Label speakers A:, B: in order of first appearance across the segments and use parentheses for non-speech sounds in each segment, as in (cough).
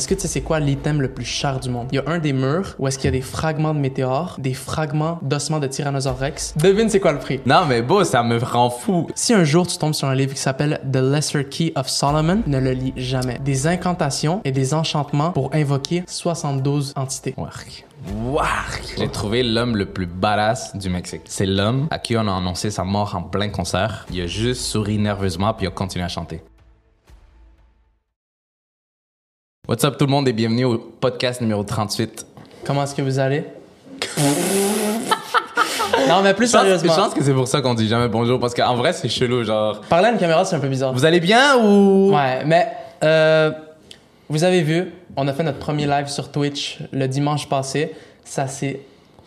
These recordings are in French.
A: Est-ce que tu sais c'est quoi l'item le plus cher du monde? Il y a un des murs où est-ce qu'il y a des fragments de météores, des fragments d'ossements de Tyrannosaure Rex. Devine c'est quoi le prix.
B: Non, mais beau, ça me rend fou.
A: Si un jour tu tombes sur un livre qui s'appelle The Lesser Key of Solomon, ne le lis jamais. Des incantations et des enchantements pour invoquer 72 entités.
B: Wark. Wark. J'ai trouvé l'homme le plus badass du Mexique. C'est l'homme à qui on a annoncé sa mort en plein concert. Il a juste souri nerveusement puis il a continué à chanter. What's up tout le monde et bienvenue au podcast numéro 38.
A: Comment est-ce que vous allez? (laughs) non, mais plus
B: Je pense, je
A: sérieusement.
B: pense que c'est pour ça qu'on dit jamais bonjour parce qu'en vrai c'est chelou genre.
A: Parler à une caméra, c'est un peu bizarre.
B: Vous allez bien ou
A: Ouais, mais euh, vous avez vu, on a fait notre premier live sur Twitch le dimanche passé. Ça s'est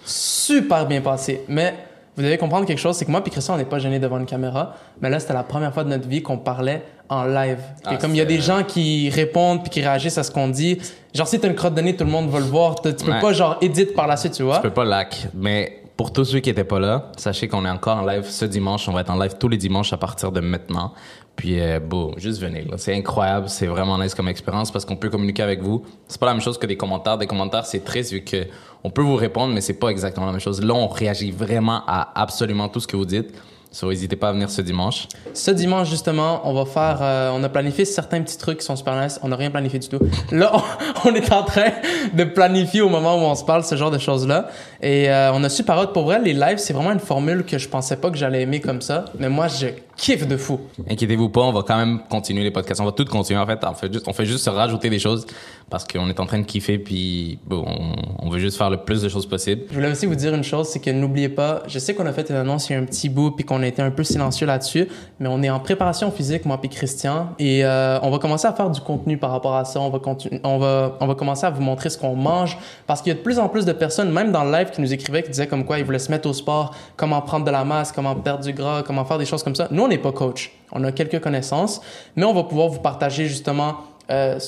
A: super bien passé. Mais vous devez comprendre quelque chose, c'est que moi et Christian, on n'est pas gênés devant une caméra. Mais là, c'était la première fois de notre vie qu'on parlait en live.
B: Ah,
A: et comme il y a
B: c'est-
A: des gens qui répondent puis qui réagissent à ce qu'on dit, genre si t'as une crotte de nez, tout le monde va le voir. Tu tu peux
B: Ouais.
A: pas genre édite par la suite, tu vois.
B: Je peux pas lac, mais pour tous ceux qui étaient pas là, sachez qu'on est encore en live ce dimanche. On va être en live tous les dimanches à partir de maintenant. Puis, euh, beau, juste venez. là. C'est incroyable. C'est vraiment nice comme expérience parce qu'on peut communiquer avec vous. C'est pas la même chose que des commentaires. Des commentaires, c'est triste vu que on peut vous répondre, mais c'est pas exactement la même chose. Là, on réagit vraiment à absolument tout ce que vous dites. So, n'hésitez pas à venir ce dimanche.
A: Ce dimanche, justement, on va faire. euh, on a planifié certains petits trucs qui sont super nice. On n'a rien planifié du tout. Là, (laughs) on, on est en train de planifier au moment où on se parle ce genre de choses-là. Et euh, on a super hâte. Pour vrai, les lives, c'est vraiment une formule que je pensais pas que j'allais aimer comme ça. Mais moi, je kiffe de fou.
B: Inquiétez-vous pas, on va quand même continuer les podcasts. On va tout continuer en fait. On fait juste, on fait juste se rajouter des choses parce qu'on est en train de kiffer. Puis, bon, on- on veut juste faire le plus de choses possible.
A: Je voulais aussi vous dire une chose, c'est que n'oubliez pas, je sais qu'on a fait une annonce il y a un petit bout puis qu'on a été un peu silencieux là-dessus, mais on est en préparation physique moi puis Christian et euh, on va commencer à faire du contenu par rapport à ça, on va continu- on va on va commencer à vous montrer ce qu'on mange parce qu'il y a de plus en plus de personnes même dans le live qui nous écrivaient qui disaient comme quoi ils voulaient se mettre au sport, comment prendre de la masse, comment perdre du gras, comment faire des choses comme ça. Nous on n'est pas coach, on a quelques connaissances, mais on va pouvoir vous partager justement euh,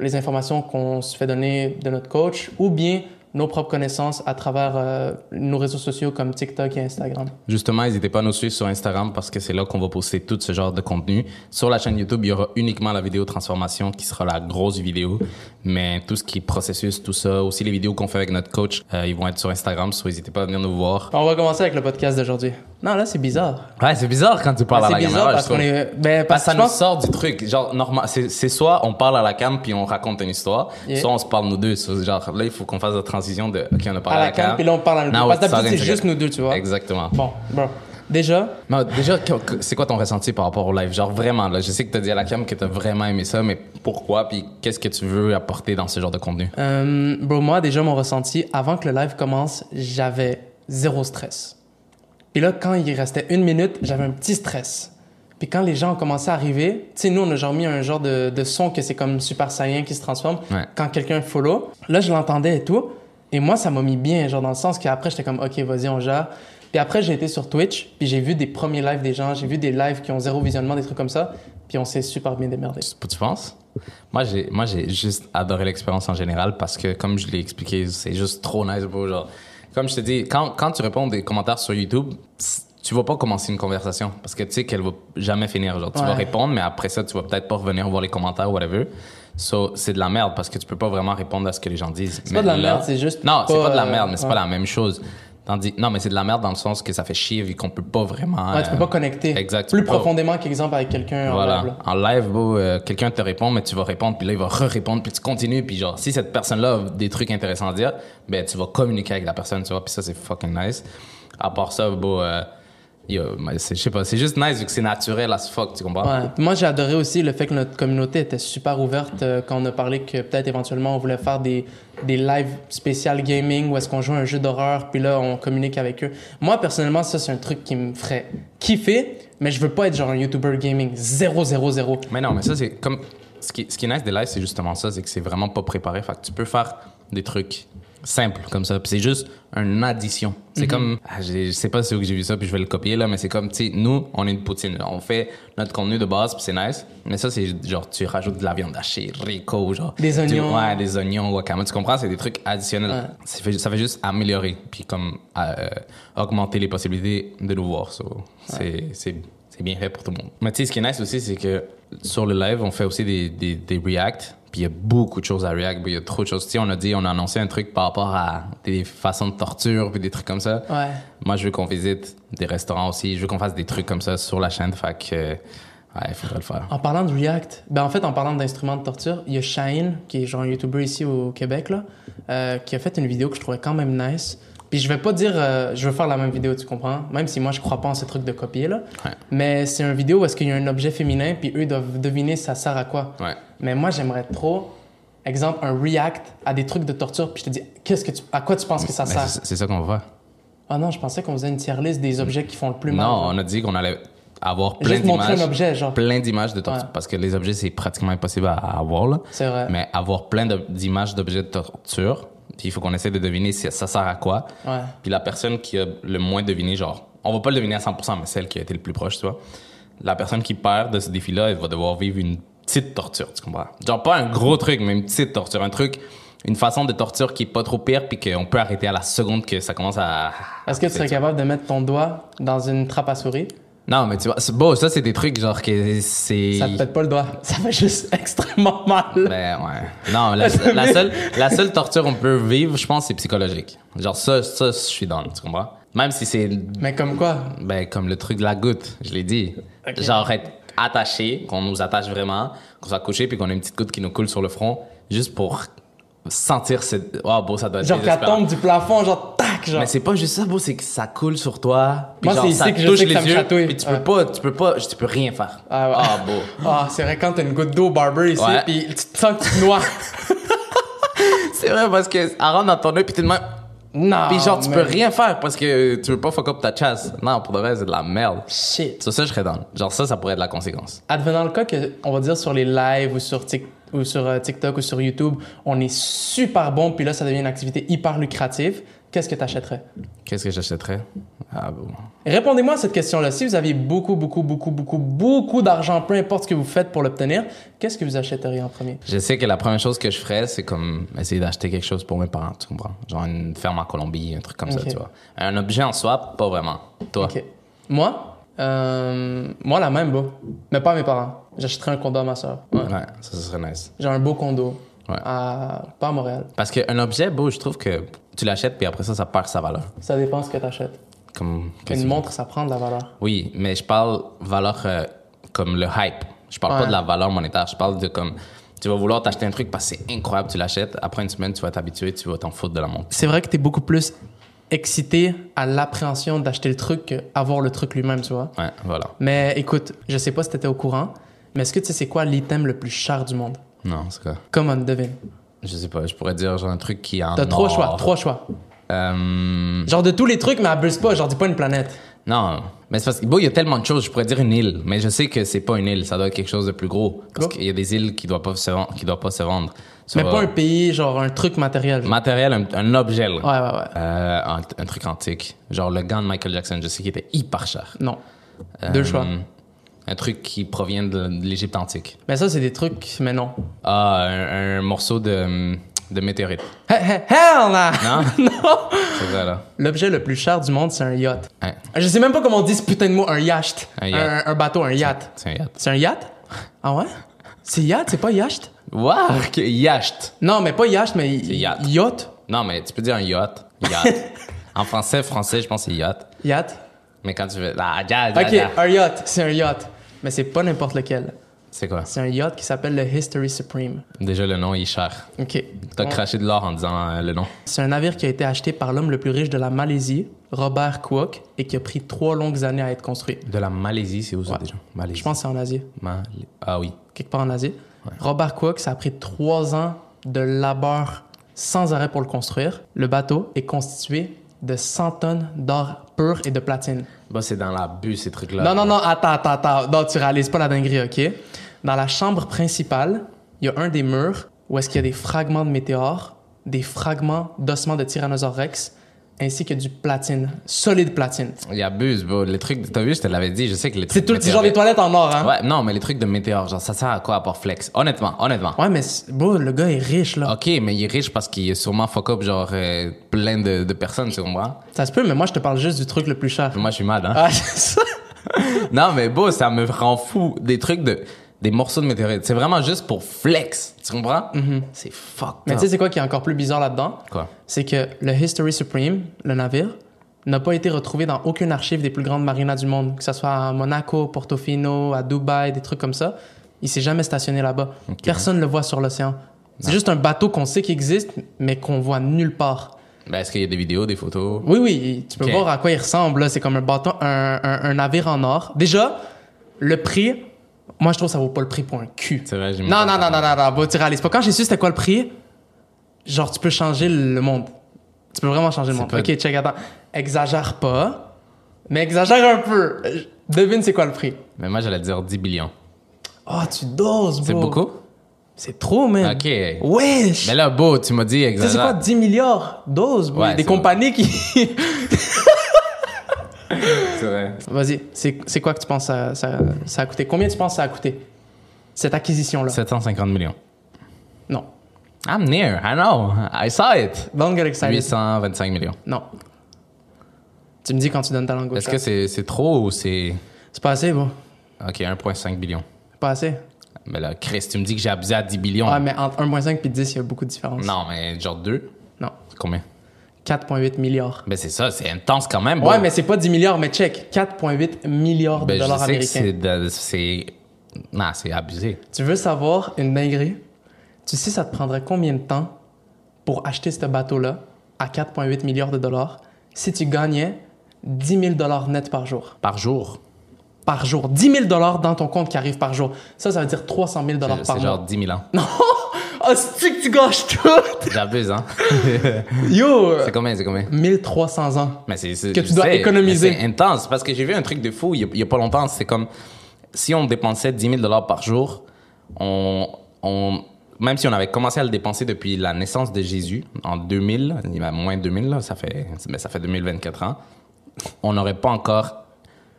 A: les informations qu'on se fait donner de notre coach ou bien nos propres connaissances à travers euh, nos réseaux sociaux comme TikTok et Instagram.
B: Justement, n'hésitez pas à nous suivre sur Instagram parce que c'est là qu'on va poster tout ce genre de contenu. Sur la chaîne YouTube, il y aura uniquement la vidéo transformation qui sera la grosse vidéo. Mais tout ce qui est processus, tout ça, aussi les vidéos qu'on fait avec notre coach, euh, ils vont être sur Instagram. So, n'hésitez pas à venir nous voir.
A: On va commencer avec le podcast d'aujourd'hui. Non, là, c'est bizarre.
B: Ouais, c'est bizarre quand tu parles à
A: c'est
B: la
A: bizarre
B: caméra.
A: parce
B: je
A: qu'on
B: trouve.
A: est. Ben, parce que
B: Parce que ça
A: je
B: nous
A: pense.
B: sort du truc. Genre, normal, c'est c'est soit on parle à la cam puis on raconte une histoire,
A: Yeah.
B: soit on se parle nous deux. So, genre, là, il faut qu'on fasse la transition de OK, on a parlé
A: À la cam, puis là, on parle à nous deux.
B: Now
A: Parce que
B: it's
A: d'habitude,
B: starting
A: c'est
B: to
A: juste
B: get-
A: nous deux, tu vois.
B: Exactement.
A: Bon, bro. Déjà,
B: Mais déjà, que- que- c'est quoi ton ressenti par rapport au live? Genre vraiment, là, je sais que t'as dit à la cam que t'as vraiment aimé ça, mais pourquoi? Puis qu'est-ce que tu veux apporter dans ce genre de contenu?
A: euh, bro, moi, déjà, mon ressenti, avant que le live commence, j'avais zéro stress. Puis là, quand il restait une minute, j'avais un petit stress. Puis quand les gens ont commencé à arriver, tu sais, nous, on a genre mis un genre de, de son que c'est comme Super Saiyan qui se transforme.
B: Ouais.
A: Quand quelqu'un follow, là, je l'entendais et tout. Et moi, ça m'a mis bien, genre dans le sens qu'après, j'étais comme, OK, vas-y, on gère. Puis après, j'ai été sur Twitch, puis j'ai vu des premiers lives des gens, j'ai vu des lives qui ont zéro visionnement, des trucs comme ça. Puis on s'est super bien démerdé.
B: Tu, tu penses? Moi, j'ai, moi, j'ai juste adoré l'expérience en général parce que, comme je l'ai expliqué, c'est juste trop nice, bro. Genre, comme je te dis, quand, quand tu réponds des commentaires sur YouTube, pss, tu vas pas commencer une conversation parce que tu sais qu'elle va jamais finir. Genre, tu
A: Ouais.
B: vas répondre, mais après ça, tu vas peut-être pas revenir voir les commentaires ou whatever. So, c'est de la merde parce que tu peux pas vraiment répondre à ce que les gens disent. C'est
A: pas de la merde, c'est juste
B: Non, c'est
A: pas,
B: pas de la
A: euh,
B: merde, mais c'est
A: ouais.
B: pas la même chose. Tandis, non, mais c'est de la merde dans le sens que ça fait chier vu qu'on peut pas vraiment.
A: Ouais, tu peux
B: euh,
A: pas connecter
B: Exact. tu
A: plus
B: peux pas-
A: profondément qu'exemple avec quelqu'un en live,
B: voilà.
A: là.
B: En live, bro, euh, quelqu'un te répond, mais tu vas répondre, puis là, il va re-répondre, puis tu continues, puis genre, si cette personne-là a des trucs intéressants à dire, ben, tu vas communiquer avec la personne, tu vois, puis ça, c'est fucking nice. À part ça, bro, euh, yo, mais c'est- je sais pas, c'est juste nice vu que c'est naturel as fuck, tu comprends?
A: Ouais. Puis Moi, j'ai adoré aussi le fait que notre communauté était super ouverte euh, quand on a parlé que peut-être éventuellement on voulait faire des, des lives spéciales gaming où est-ce qu'on joue à un jeu d'horreur puis là on communique avec eux. Moi, personnellement, ça c'est un truc qui me ferait kiffer, mais je veux pas être genre un YouTuber gaming 000.
B: Mais non, mais ça, c'est comme. ce qui, ce qui est nice des lives, c'est justement ça, c'est que c'est vraiment pas préparé. Fait que tu peux faire des trucs simples comme ça. Puis c'est juste une addition.
A: Mhm.
B: C'est comme, ah, j'ai- je sais pas si j'ai vu ça, puis je vais le copier là, mais c'est comme, tu sais, nous, on est une poutine. On fait notre contenu de base, puis c'est nice. Mais ça, c'est genre, tu rajoutes de la viande hachée, rico, genre.
A: Des
B: Tu-
A: oignons.
B: ouais, des oignons, wakame. Tu comprends? C'est des trucs additionnels. Ça, fait, ça fait juste améliorer, puis comme euh, augmenter les possibilités de nous voir. So, c'est- c'est c'est bien fait pour tout le monde. Mais tu sais, ce qui est nice aussi, c'est que sur le live, on fait aussi des, des, des reacts. Puis il y a beaucoup de choses à react. puis Il y a trop de choses. Tu sais, on a dit, on a annoncé un truc par rapport à des façons de torture, puis des trucs comme ça.
A: Ouais.
B: Moi, je veux qu'on visite des restaurants aussi. Je veux qu'on fasse des trucs comme ça sur la chaîne. Fait que, euh, ouais, il faudrait le faire.
A: En parlant de React, ben en fait, en parlant d'instruments de torture, il y a Shine, qui est genre un YouTuber ici au Québec, là, euh, qui a fait une vidéo que je trouvais quand même nice. Puis je vais pas dire, euh, je veux faire la même vidéo, tu comprends? Même si moi, je crois pas en ces trucs de copier, là.
B: Ouais.
A: Mais c'est une vidéo où est-ce qu'il y a un objet féminin, puis eux doivent deviner ça sert à quoi.
B: Ouais.
A: Mais moi, j'aimerais trop, exemple, un React à des trucs de torture, puis je te dis, qu'est-ce que tu, à quoi tu penses que ça
B: Mais
A: sert?
B: c'est c'est ça qu'on va faire.
A: Ah non, je pensais qu'on faisait une tier list des objets qui font le plus mal.
B: Non,
A: genre.
B: on a dit qu'on allait avoir plein
A: Juste montrer
B: d'images.
A: un objet, genre.
B: Plein d'images de torture.
A: Ouais.
B: Parce que les objets, c'est pratiquement impossible à, à avoir. Là.
A: C'est vrai.
B: Mais avoir plein de- d'images d'objets de torture, puis il faut qu'on essaie de deviner si ça sert à quoi.
A: Ouais.
B: Puis la personne qui a le moins deviné, genre, on va pas le deviner à 100%, mais celle qui a été le plus proche, tu vois. La personne qui perd de ce défi-là, elle va devoir vivre une petite torture, tu comprends? Genre, pas un gros truc, mais une petite torture. Un truc, une façon de torture qui est pas trop pire, puis qu'on peut arrêter à la seconde que ça commence à.
A: Est-ce que tu serais capable de mettre ton doigt dans une trappe à souris?
B: Non, mais tu vois, c'est- bon, ça, c'est des trucs genre que c'est.
A: Ça te pète pas le doigt. (laughs) Ça fait juste extrêmement mal.
B: Ben ouais.
A: (laughs)
B: Non, la, la seule, la seule torture qu'on peut vivre, je pense, c'est psychologique. Genre ça, ça, je suis dans, tu comprends? Même si c'est,
A: Mais comme quoi?
B: ben, comme le truc de la goutte, je l'ai dit.
A: Ok.
B: Genre être attaché, qu'on nous attache vraiment, qu'on soit couché, puis qu'on ait une petite goutte qui nous coule sur le front, juste pour sentir cette... Oh, bon, ça doit être
A: Genre qu'elle
B: désespérant.
A: tombe du plafond, genre tac, genre.
B: Mais c'est pas juste ça, beau, c'est que ça coule sur toi. Puis
A: Moi,
B: genre,
A: c'est
B: ça
A: ici que je
B: touche
A: sais que
B: les
A: ça me
B: yeux,
A: chatouille.
B: puis tu
A: Ouais.
B: peux pas, tu peux pas, tu peux rien faire.
A: Ah ouais.
B: Ah, beau.
A: Ah, c'est vrai, quand t'as une goutte d'eau barber ici,
B: Ouais.
A: puis tu te sens que tu te noies.
B: C'est vrai parce que elle rentre dans ton œil puis t'es de même.
A: non.
B: (laughs) Puis genre tu
A: mais-
B: peux rien faire parce que tu veux pas fuck up ta chasse. Non, pour de vrai, c'est de la merde.
A: Shit.
B: Sur ça, je serais down. Genre ça, ça pourrait être la conséquence.
A: Advenant le cas que, on va dire, sur les lives ou sur, Tik- ou sur euh, TikTok ou sur YouTube, on est super bon, puis là, ça devient une activité hyper lucrative. Qu'est-ce que t'achèterais?
B: Qu'est-ce que j'achèterais? Ah bon.
A: Répondez-moi à cette question-là. Si vous aviez beaucoup, beaucoup, beaucoup, beaucoup, beaucoup d'argent, peu importe ce que vous faites pour l'obtenir, qu'est-ce que vous achèteriez en premier?
B: Je sais que la première chose que je ferais, c'est comme essayer d'acheter quelque chose pour mes parents, tu comprends? Genre une ferme en Colombie, un truc comme
A: Ok.
B: ça, tu vois. Un objet en soi, pas vraiment. Toi?
A: Ok. Moi? Euh, moi, la même, bah. Mais pas à mes parents. J'achèterais un condo à ma soeur.
B: Ouais, ça, ça serait nice.
A: J'ai un beau condo.
B: Ouais.
A: À... Pas à Montréal.
B: Parce qu'un objet, beau, je trouve que tu l'achètes puis après ça, ça perd sa valeur.
A: Ça dépend ce que t'achètes.
B: Comme. qu'est-ce
A: Une
B: que-
A: montre, ça prend de la valeur.
B: Oui, mais je parle valeur euh, comme le hype. Je parle
A: Ouais.
B: pas de la valeur monétaire. Je parle de comme tu vas vouloir t'acheter un truc parce que c'est incroyable, tu l'achètes. Après une semaine, tu vas t'habituer, tu vas t'en foutre de la montre.
A: C'est vrai que t'es beaucoup plus excité à l'appréhension d'acheter le truc qu'avoir le truc lui-même, tu vois.
B: Ouais, voilà.
A: Mais écoute, je sais pas si t'étais au courant, mais est-ce que tu sais c'est quoi l'item le plus cher du monde?
B: Non, c'est quoi
A: Comment devine?
B: Je sais pas. Je pourrais dire genre un truc qui est en.
A: T'as trois
B: or.
A: choix, trois choix.
B: Euh,
A: Genre de tous les trucs, mais abuse pas, genre dis pas une planète.
B: non, mais c'est parce que bon, il y a tellement de choses. Je pourrais dire une île, mais je sais que c'est pas une île. Ça doit être quelque chose de plus gros parce
A: Go.
B: qu'il y a des îles qui doivent pas se vendre, qui doivent pas se vendre. Ça
A: Mais
B: va-
A: pas un pays, genre un truc matériel.
B: matériel, un, un objet. là.
A: Ouais, ouais, ouais.
B: Euh, un, un truc antique, genre le gant de Michael Jackson. Je sais qu'il était hyper cher.
A: Non. Deux
B: Euh,
A: choix.
B: Un truc qui provient de, de l'Égypte antique.
A: Mais ça, c'est des trucs, mais non.
B: Ah, un, un morceau de, hum, de météorite.
A: He- he- Hell nah!
B: (laughs) Non?
A: (laughs) Non!
B: C'est vrai, là.
A: L'objet le plus cher du monde, c'est un yacht.
B: Hein,
A: Je sais même pas comment on dit ce putain de mot, un yacht.
B: Un yacht.
A: Un, un bateau, un yacht.
B: c'est un yacht.
A: C'est un yacht? Ah ouais? C'est yacht, c'est pas yacht?
B: Waouh! que- Yacht!
A: Non, mais pas yacht, mais
B: yacht.
A: yacht.
B: Non, mais tu peux dire un yacht. Yacht. (laughs) en français, français, je pense que c'est yacht.
A: Yacht.
B: Mais quand tu veux. Ah, yacht, yacht,
A: Ok,
B: yacht.
A: un yacht, c'est un yacht. Mais c'est pas n'importe lequel.
B: C'est quoi?
A: C'est un yacht qui s'appelle le History Supreme.
B: Déjà, le nom, il est cher.
A: Ok.
B: T'as
A: On-
B: craché de l'or en disant euh, le nom.
A: C'est un navire qui a été acheté par l'homme le plus riche de la Malaisie, Robert Kwok, et qui a pris trois longues années à être construit.
B: De la Malaisie, c'est où ça
A: Ouais.
B: déjà? Malaisie.
A: Je pense que c'est en Asie,
B: Mali- Ah oui.
A: quelque part en Asie. Robert Kwok, ça a pris trois ans de labeur sans arrêt pour le construire. Le bateau est constitué de 100 tonnes d'or pur et de platine.
B: Bah, c'est dans la bulle, ces trucs-là.
A: Non, non, non, attends, attends, attends. Non, tu réalises pas la dinguerie, OK? Dans la chambre principale, il y a un des murs où est-ce qu'il y a des fragments de météores, des fragments d'ossements de Tyrannosaurus rex, ainsi que du platine, solide platine.
B: Il abuse, bro. Les trucs, t'as vu, je te l'avais dit, je sais que les trucs.
A: C'est tout le
B: de
A: genre des
B: météores-
A: toilettes en or, hein?
B: Ouais, non, mais les trucs de météores, genre, ça sert à quoi à part flex? Honnêtement, honnêtement.
A: Ouais, mais c'est- bro, le gars est riche, là.
B: Ok, mais il est riche parce qu'il est sûrement fuck up, genre, euh, plein de, de personnes, tu comprends?
A: Ça se peut, mais moi, je te parle juste du truc le plus cher.
B: Moi, je suis mal, hein.
A: Ah, (laughs) c'est ça. Ah.
B: Non, mais beau, ça me rend fou. Des trucs de. Des morceaux de météorites. C'est vraiment juste pour flex. Tu comprends? C'est fuck.
A: Mhm. Mais tu sais, c'est quoi qui est encore plus bizarre là-dedans?
B: Quoi?
A: C'est que le History Supreme, le navire, n'a pas été retrouvé dans aucune archive des plus grandes marinas du monde, que ce soit à Monaco, Portofino, à Dubaï, des trucs comme ça. Il s'est jamais stationné là-bas. Personne ne le voit sur l'océan. C'est juste un bateau qu'on sait qu'il existe, mais qu'on voit nulle part.
B: Ben, est-ce qu'il y a des vidéos, des photos?
A: Oui, oui, tu peux
B: Ok.
A: voir à quoi il ressemble. là. C'est comme un, bâton, un, un- un navire en or. Déjà, le prix, moi je trouve que ça vaut pas le prix pour un cul.
B: C'est vrai, j'ai
A: Non, non, non, non, non, non, bon, tu réalises pas. Quand j'ai su c'était quoi le prix, genre tu peux changer le monde. Tu peux vraiment changer le monde.
B: pas-
A: Ok, check, attends. Exagère pas, mais exagère un peu. Euh, Devine c'est quoi le prix.
B: Mais moi, j'allais dire 10 billions.
A: Oh, tu doses, bro.
B: C'est beaucoup?
A: C'est trop, man.
B: Ok.
A: Wesh.
B: Mais là, beau, tu m'as
A: Tu
B: dit
A: sais, c'est quoi,
B: exactement.
A: 10 milliards? Doses, bro.
B: Ouais,
A: Des
B: c'est
A: compagnies qui. (laughs)
B: C'est vrai.
A: Vas-y, c'est c'est quoi que tu penses ça, ça, ça a coûté? Combien tu penses ça a coûté? Cette acquisition-là?
B: 750 millions.
A: Non.
B: I'm near. I know. I saw it.
A: Don't get excited.
B: 825 millions.
A: Non. Tu me dis quand tu donnes ta langue au
B: Est-ce
A: chat.
B: que c'est c'est trop ou c'est.
A: C'est pas assez, bro.
B: Ok, 1,5 billion.
A: Pas assez.
B: Mais là, Chris, tu me dis que j'ai abusé à 10 billions.
A: Ouais, mais entre 1,5 et 10, il y a beaucoup de différence.
B: Non, mais genre 2.
A: Non.
B: Combien?
A: 4,8 milliards.
B: Ben, c'est ça, c'est intense quand même.
A: Ouais,
B: bro.
A: mais c'est pas 10 milliards, mais check. 4,8 milliards de
B: Ben, je
A: dollars
B: sais que
A: américains.
B: c'est de- c'est. Non, c'est abusé.
A: Tu veux savoir une dinguerie? Tu sais, ça te prendrait combien de temps pour acheter ce bateau-là à 4,8 milliards de dollars si tu gagnais 10 000 dollars net par jour?
B: Par jour.
A: Par jour. 10 000 dollars dans ton compte qui arrive par jour. Ça, ça veut dire 300 000 dollars
B: C'est
A: par
B: Euh, c'est
A: mois. (laughs)
B: genre 10 000 ans.
A: Oh, c'est que tu gâches
B: (laughs)
A: tout! (laughs)
B: J'abuse, hein.
A: Yo!
B: c'est combien, c'est combien?
A: 1300 ans.
B: Mais c'est, c'est-
A: Que tu
B: je
A: dois
B: sais,
A: économiser.
B: mais C'est intense, parce que j'ai vu un truc de fou il y a- il y, a pas longtemps. C'est comme si on dépensait 10 000 dollars par jour, on, on- même si on avait commencé à le dépenser depuis la naissance de Jésus, en 2000, il y a moins de 2000, là, ça, fait, ben, ça fait 2024 ans, on n'aurait pas encore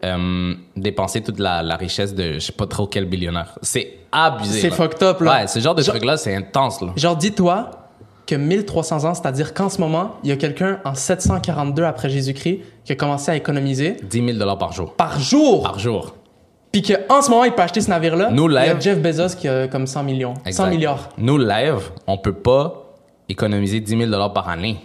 B: euh, dépensé toute la, la richesse de je sais pas trop quel billionnaire. C'est abusé.
A: C'est
B: là.
A: fucked up, là.
B: Ouais, ce genre de truc-là, c'est intense, là.
A: Genre, dis-toi que 1300 ans, c'est-à-dire qu'en ce moment, il y a quelqu'un en 742 après Jésus-Christ qui a commencé à économiser
B: 10 000 dollars par jour.
A: par jour.
B: Par jour.
A: Puis qu'en ce moment, il peut acheter ce navire-là.
B: Ah. Nous,
A: il y a
B: live.
A: Jeff Bezos qui a comme 100 millions.
B: Exact.
A: 100 milliards.
B: Nous, live, on peut pas économiser 10 000 par année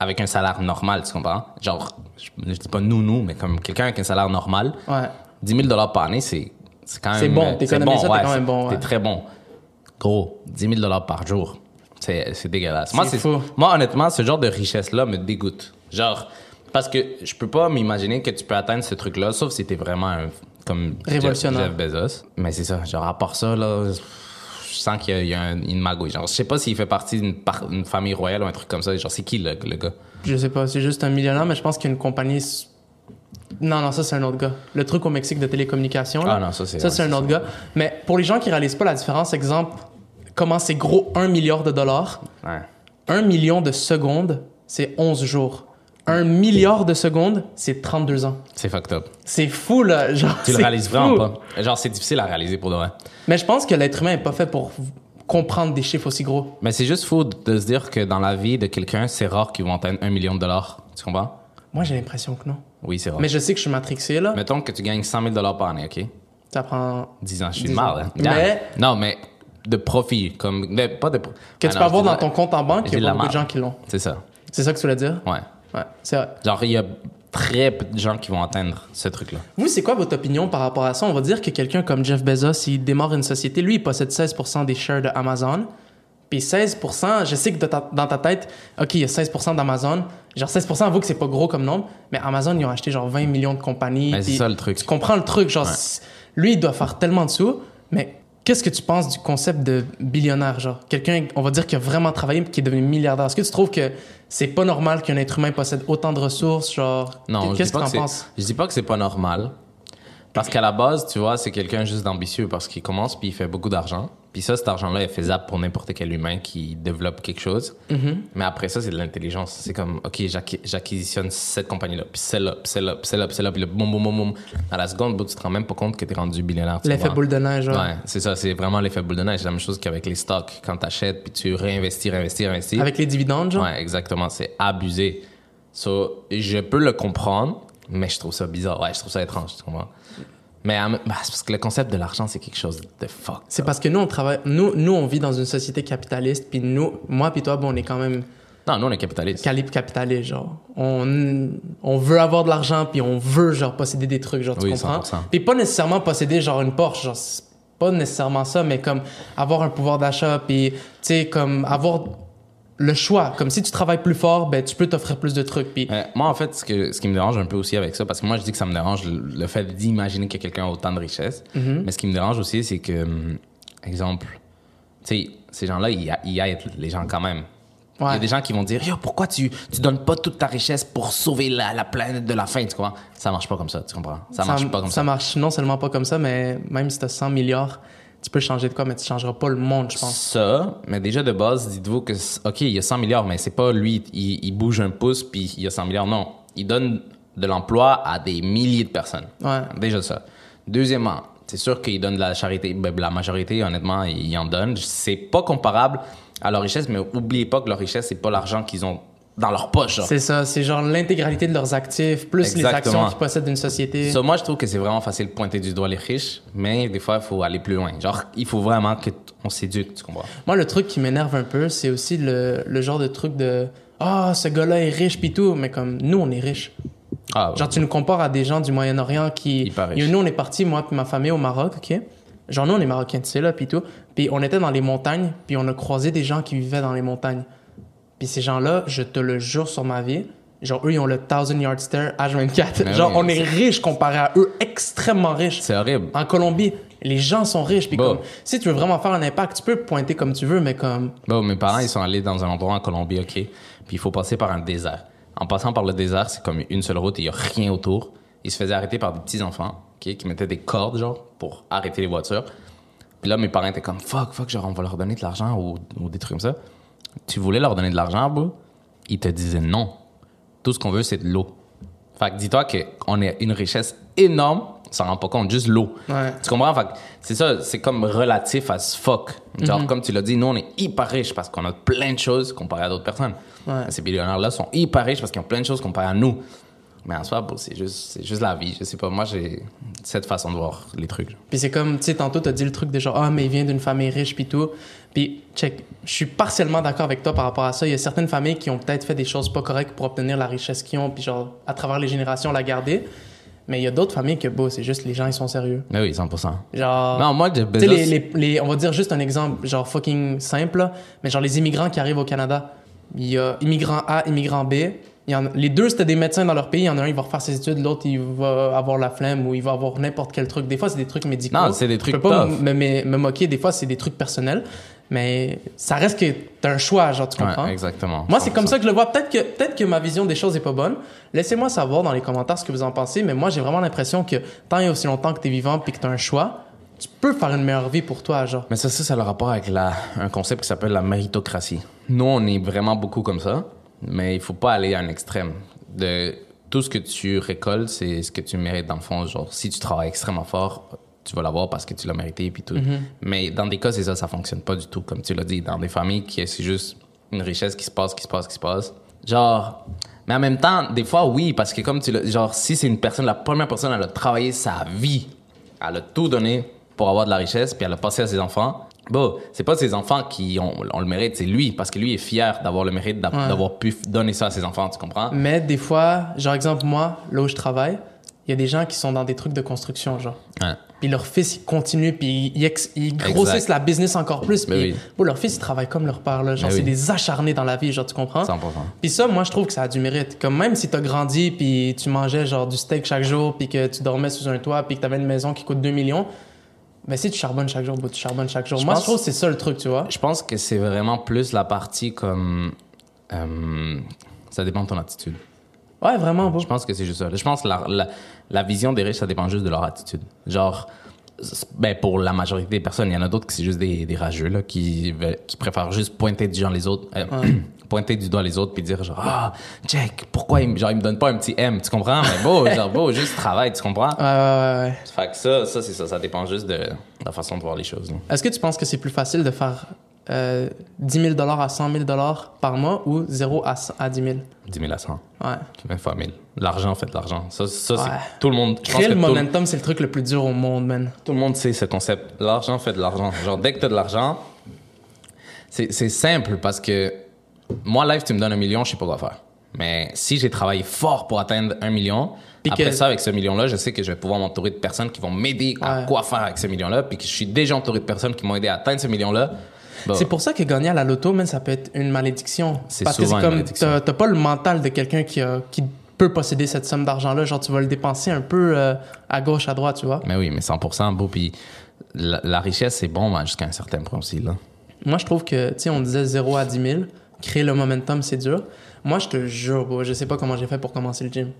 B: avec un salaire normal, tu comprends? Genre, je, je dis pas nous, nous, mais comme quelqu'un avec un salaire normal,
A: Ouais.
B: 10 000 par année, c'est c'est quand même...
A: C'est bon,
B: euh,
A: t'économises ça, t'es quand
B: c'est-
A: même bon, ouais.
B: T'es très bon. Gros, 10 000 par jour, c'est c'est dégueulasse. Moi,
A: C'est
B: c'est-
A: fou.
B: moi, honnêtement, ce genre de richesse-là me dégoûte. Genre, parce que je peux pas m'imaginer que tu peux atteindre ce truc-là, sauf si t'es vraiment un... Comme Jeff-
A: Révolutionnaire.
B: Jeff Bezos. Mais c'est ça, genre, à part ça, là, je sens qu'il y a, il y a un- une magouille. Genre, je sais pas s'il fait partie d'une par- une famille royale ou un truc comme ça. Genre, c'est qui le, le gars?
A: Je sais pas, c'est juste un millionnaire, mais je pense qu'il y a une compagnie. s- Non, non, ça, c'est un autre gars. Le truc au Mexique de télécommunications. là,
B: Ah non, ça, c'est-
A: Ça,
B: ouais,
A: c'est un
B: c'est
A: autre gars. Mais pour les gens qui réalisent pas la différence, exemple, comment c'est gros 1 milliard de dollars.
B: Ouais.
A: 1 million de secondes, c'est 11 jours. 1 milliard de secondes, c'est 32 ans.
B: C'est fucked up.
A: C'est fou, là. (laughs) Genre,
B: Tu le
A: c'est
B: réalises
A: fou.
B: vraiment pas. Genre, c'est difficile à réaliser pour de vrai.
A: Mais je pense que l'être humain est pas fait pour v- comprendre des chiffres aussi gros.
B: Mais c'est juste fou de de se dire que dans la vie de quelqu'un, c'est rare qu'ils vont atteindre un million de dollars. Tu comprends?
A: Moi, j'ai l'impression que non.
B: Oui, c'est rare.
A: Mais je sais que je suis matrixé, là.
B: Mettons que tu gagnes 100 000 dollars par année, OK?
A: Ça prend.
B: 10 ans, je suis
A: 10
B: de marre, hein?
A: ans.
B: Damn.
A: Mais-
B: Non, mais de profit, comme... de- pas de... pro-
A: Que tu
B: Ah non,
A: peux
B: je
A: avoir
B: dis
A: dans
B: de-
A: ton compte en banque, il
B: je
A: y a
B: dis de la
A: beaucoup de gens
B: marde.
A: qui l'ont.
B: C'est ça.
A: C'est ça que tu voulais dire?
B: Ouais.
A: Ouais, c'est vrai.
B: Genre, il y a très peu de gens qui vont atteindre ce truc-là.
A: Vous, c'est quoi votre opinion par rapport à ça? On va dire que quelqu'un comme Jeff Bezos, il démarre une société, lui, il possède 16% des shares de Amazon. Puis 16%, je sais que de ta- dans ta tête, OK, il y a 16% d'Amazon. Genre 16%, avoue que c'est pas gros comme nombre, mais Amazon, ils ont acheté genre 20 millions de compagnies.
B: Mais Ben, c'est
A: puis
B: ça, le truc.
A: Tu comprends le truc, genre,
B: Ouais.
A: c- lui, il doit faire tellement de sous, mais qu'est-ce que tu penses du concept de billionnaire, genre? Quelqu'un, on va dire, qui a vraiment travaillé puis qui est devenu milliardaire. Est-ce que tu trouves que c'est pas normal qu'un être humain possède autant de ressources, genre?
B: Non, je dis
A: qu'est-ce que
B: pas
A: t'en
B: que
A: penses?
B: c'est- je dis pas que c'est pas normal. Parce qu'à la base, tu vois, c'est quelqu'un juste d'ambitieux parce qu'il commence puis il fait beaucoup d'argent. Puis ça, cet argent-là est faisable pour n'importe quel humain qui développe quelque chose.
A: Mm-hmm.
B: Mais après ça, c'est de l'intelligence. C'est comme, OK, j'acqui- j'acquisitionne cette compagnie-là, puis celle-là, puis celle-là, puis celle-là, puis celle-là, puis le boum, boum, boum, boum. À la seconde, bro, tu te rends même pas compte que tu es rendu millionnaire. tu
A: L'effet
B: vois.
A: boule de neige, ouais.
B: Ouais, c'est ça, c'est vraiment l'effet boule de neige. C'est la même chose qu'avec les stocks. Quand tu achètes, puis tu réinvestis, réinvestis, réinvestis.
A: Avec les dividendes, genre.
B: Ouais, exactement. C'est abusé. So, je peux le comprendre, mais je trouve ça bizarre. Ouais, je trouve ça étrange, tu comprends? Mais en même- bah, c'est parce que le concept de l'argent, c'est quelque chose de fuck.
A: C'est parce que nous, on travaille, nous, nous, on vit dans une société capitaliste, puis nous, moi puis toi, bon, on est quand même
B: Non, nous, on est capitaliste.
A: calibre capitaliste, genre. On, on veut avoir de l'argent, puis on veut, genre, posséder des trucs, genre, tu
B: Oui,
A: comprends?
B: 100%.
A: Puis pas nécessairement posséder, genre, une Porsche, genre, c'est pas nécessairement ça, mais comme avoir un pouvoir d'achat, puis, tu sais, comme avoir le choix. Comme si tu travailles plus fort, ben, tu peux t'offrir plus de trucs, puis...
B: Euh, moi, en fait, ce, que, ce qui me dérange un peu aussi avec ça, parce que moi, je dis que ça me dérange le, le fait d'imaginer que quelqu'un a autant de richesse. Mais ce qui me dérange aussi, c'est que, hum, exemple, tu sais, ces gens-là, ils, a- ils aident les gens quand même. Il y
A: Ouais.
B: a des gens qui vont dire, Yo, pourquoi tu, tu donnes pas toute ta richesse pour sauver la, la planète de la faim, tu comprends? Ça marche pas comme ça, tu comprends? Ça, marche pas comme ça.
A: marche non seulement pas comme ça, mais même si t'as 100 milliards, tu peux changer de quoi, mais tu changeras pas le monde, je pense.
B: Ça, mais déjà de base, dites-vous que, c- OK, il y a 100 milliards, mais c'est pas lui, il, il bouge un pouce, puis il y a 100 milliards. Non, il donne de l'emploi à des milliers de personnes.
A: Ouais.
B: Déjà ça. Deuxièmement, c'est sûr qu'il donne de la charité. Ben, La majorité, honnêtement, il en donne. C'est pas comparable à leur richesse, mais oubliez pas que leur richesse, c'est pas l'argent qu'ils ont dans leur poche. genre.
A: C'est ça, c'est genre l'intégralité de leurs actifs, plus les
B: Exactement.
A: actions qu'ils possèdent d'une société.
B: So, moi, je trouve que c'est vraiment facile de pointer du doigt les riches, mais des fois, il faut aller plus loin. Genre, il faut vraiment que t- on s'éduque, tu comprends?
A: Moi, le truc qui m'énerve un peu, c'est aussi le, le genre de truc de Ah, ce gars-là est riche, pis tout, mais comme nous, on est riches.
B: Ah,
A: Genre, tu nous compares à des gens du Moyen-Orient qui.
B: Hyper riches.
A: You know, nous, on est partis, moi puis ma famille, au Maroc, OK? Genre, nous, on est Marocains, tu sais, là, puis tout. Puis on était dans les montagnes, puis on a croisé des gens qui vivaient dans les montagnes. Puis ces gens-là, je te le jure sur ma vie, genre, eux, ils ont le 1000 yard stare H24.
B: Mais
A: genre,
B: oui,
A: on
B: mais
A: est riches comparé à eux, extrêmement riches.
B: c'est horrible.
A: En Colombie, les gens sont riches, puis
B: Bah.
A: comme, si tu veux vraiment faire un impact, tu peux pointer comme tu veux, mais comme.
B: Bon, mes parents, ils sont allés dans un endroit en Colombie, OK? Puis il faut passer par un désert. En passant par le désert, c'est comme une seule route, il n'y a rien autour. Ils se faisaient arrêter par des petits-enfants, OK? Qui mettaient des cordes, genre, pour arrêter les voitures. Puis là, mes parents étaient comme, fuck, fuck, genre, on va leur donner de l'argent ou, ou des trucs comme ça. Tu voulais leur donner de l'argent, bro? Ils te disaient non. Tout ce qu'on veut, c'est de l'eau. Fait que dis-toi qu'on a une richesse énorme, on s'en rend pas compte, juste l'eau.
A: Ouais.
B: Tu comprends? Fait que c'est ça, c'est comme relatif à ce fuck. Genre,
A: Mhm.
B: comme tu l'as dit, nous, on est hyper riches parce qu'on a plein de choses comparé à d'autres personnes.
A: Ouais.
B: Ces billionnaires-là sont hyper riches parce qu'ils ont plein de choses comparé à nous. Mais en soi, bon, c'est juste, c'est juste la vie. Je sais pas, moi, j'ai cette façon de voir les trucs. genre.
A: Puis c'est comme, tu sais, tantôt, t'as dit le truc de genre, ah, mais il vient d'une famille riche, puis tout. Puis, check, je suis partiellement d'accord avec toi par rapport à ça. Il y a certaines familles qui ont peut-être fait des choses pas correctes pour obtenir la richesse qu'ils ont, puis genre, à travers les générations, la garder. Mais il y a d'autres familles que, beau, c'est juste les gens, ils sont sérieux.
B: Mais oui, 100%.
A: Genre.
B: Non, moi, Jeff
A: Ah. Tu sais,
B: Bezos,
A: les, les- les- on va dire juste un exemple, genre fucking simple, là, mais genre les immigrants qui arrivent au Canada. Il y a immigrant A, immigrant B. Il y en- les deux, c'était des médecins dans leur pays. Il y en a un, il va refaire ses études, l'autre, il va avoir la flemme ou il va avoir n'importe quel truc. Des fois, c'est des trucs médicaux.
B: Non, c'est des trucs
A: Je peux pas
B: tough.
A: me, me- me moquer. Des fois, c'est des trucs personnels. Mais ça reste que t'as un choix, genre, tu
B: Ouais,
A: comprends?
B: exactement.
A: Moi, c'est comme
B: 100%.
A: ça que je le vois. Peut-être que, peut-être que ma vision des choses est pas bonne. Laissez-moi savoir dans les commentaires ce que vous en pensez, mais moi, j'ai vraiment l'impression que tant et aussi longtemps que tu es vivant puis que tu as un choix, tu peux faire une meilleure vie pour toi, genre.
B: Mais ça, ça, ça a le rapport avec la, un concept qui s'appelle la méritocratie. Nous, on est vraiment beaucoup comme ça, mais il faut pas aller à un extrême. De, tout ce que tu récoltes, c'est ce que tu mérites dans le fond. Genre, si tu travailles extrêmement fort, tu vas l'avoir parce que tu l'as mérité et puis tout. Mais dans des cas, c'est ça, ça fonctionne pas du tout, comme tu l'as dit. Dans des familles, qui c'est juste une richesse qui se passe, qui se passe, qui se passe. Genre, mais en même temps, des fois, oui, parce que comme tu l'as, genre, si c'est une personne, la première personne, elle a travaillé sa vie elle a tout donné pour avoir de la richesse, puis elle a passé à ses enfants. Bon, c'est pas ses enfants qui ont, ont le mérite, c'est lui, parce que lui est fier d'avoir le mérite d'a-
A: Ouais. Mm.
B: d'avoir pu f- donner ça à ses enfants, tu comprends?
A: Mais des fois, genre, exemple, moi, là où je travaille, il y a des gens qui sont dans des trucs de construction, genre.
B: Ouais.
A: Puis leur fils, il continue, puis il, ex- il grossissent
B: Exact.
A: la business encore plus.
B: Mais
A: Puis,
B: oui.
A: bon, leur fils, il travaille comme leur père, là. Genre,
B: Mais
A: c'est
B: oui.
A: des acharnés dans la vie, genre, tu comprends?
B: 100%.
A: Puis ça, moi, je trouve que ça a du mérite. Comme même si t'as grandi, puis tu mangeais genre du steak chaque jour, puis que tu dormais sous un toit, puis que t'avais une maison qui coûte 2 millions, ben si tu charbonnes chaque jour, ben, tu charbonnes chaque jour.
B: Je
A: moi,
B: pense-
A: je trouve que c'est ça le truc, tu vois.
B: Je pense que c'est vraiment plus la partie comme. euh, ça dépend de ton attitude.
A: Ouais, vraiment, beau.
B: Je pense que c'est juste ça. Je pense que la, la- la vision des riches, ça dépend juste de leur attitude. Genre, ben pour la majorité des personnes, il y en a d'autres qui c'est juste des, des rageux là, qui veulent- qui préfèrent juste pointer du genre les autres, euh, (clears throat) pointer du doigt les autres puis dire genre ah Jack pourquoi il, me- genre il me donne pas un petit M, tu comprends Mais beau genre beau juste travail, tu comprends
A: Ouais, ouais, ouais, ouais.
B: Fait que ça ça c'est ça, ça dépend juste de la façon de voir les choses. là.
A: Est-ce que tu penses que c'est plus facile de faire euh, 10 000 à 100 000 par mois ou 0 à, 100 à 10 000
B: 10 000 à 100,
A: Ouais.
B: même fois 1000. L'argent en fait, l'argent. Ça ça
A: Ouais.
B: c'est tout le monde je pense
A: Créer
B: que
A: le
B: tout le-
A: momentum, c'est le truc le plus dur au monde, man.
B: Tout le monde sait ce concept. L'argent fait de l'argent. Genre, dès que t'as de l'argent, c'est c'est simple parce que moi, live, tu me donnes un million, je sais pas quoi faire. Mais si j'ai travaillé fort pour atteindre un million,
A: Puis
B: après
A: que-
B: ça, avec ce million-là, je sais que je vais pouvoir m'entourer de personnes qui vont m'aider à
A: Ouais.
B: quoi faire avec ce million-là, puis que je suis déjà entouré de personnes qui m'ont aidé à atteindre ce million-là. Bah,
A: C'est pour ça que gagner à la loto, man, ça peut être une malédiction.
B: C'est
A: Parce
B: souvent
A: que
B: une
A: c'est comme,
B: malédiction.
A: t'as t'as pas le mental de quelqu'un qui, a- qui peut posséder cette somme d'argent-là. Genre, tu vas le dépenser un peu euh, à gauche, à droite, tu vois.
B: Mais oui, mais 100%, beau. Puis la, la richesse, c'est bon ben, jusqu'à un certain point aussi. Là.
A: Moi, je trouve que, tu sais, on disait 0 à 10 000. Créer le momentum, c'est dur. Moi, je te jure, bro, je sais pas comment j'ai fait pour commencer le gym.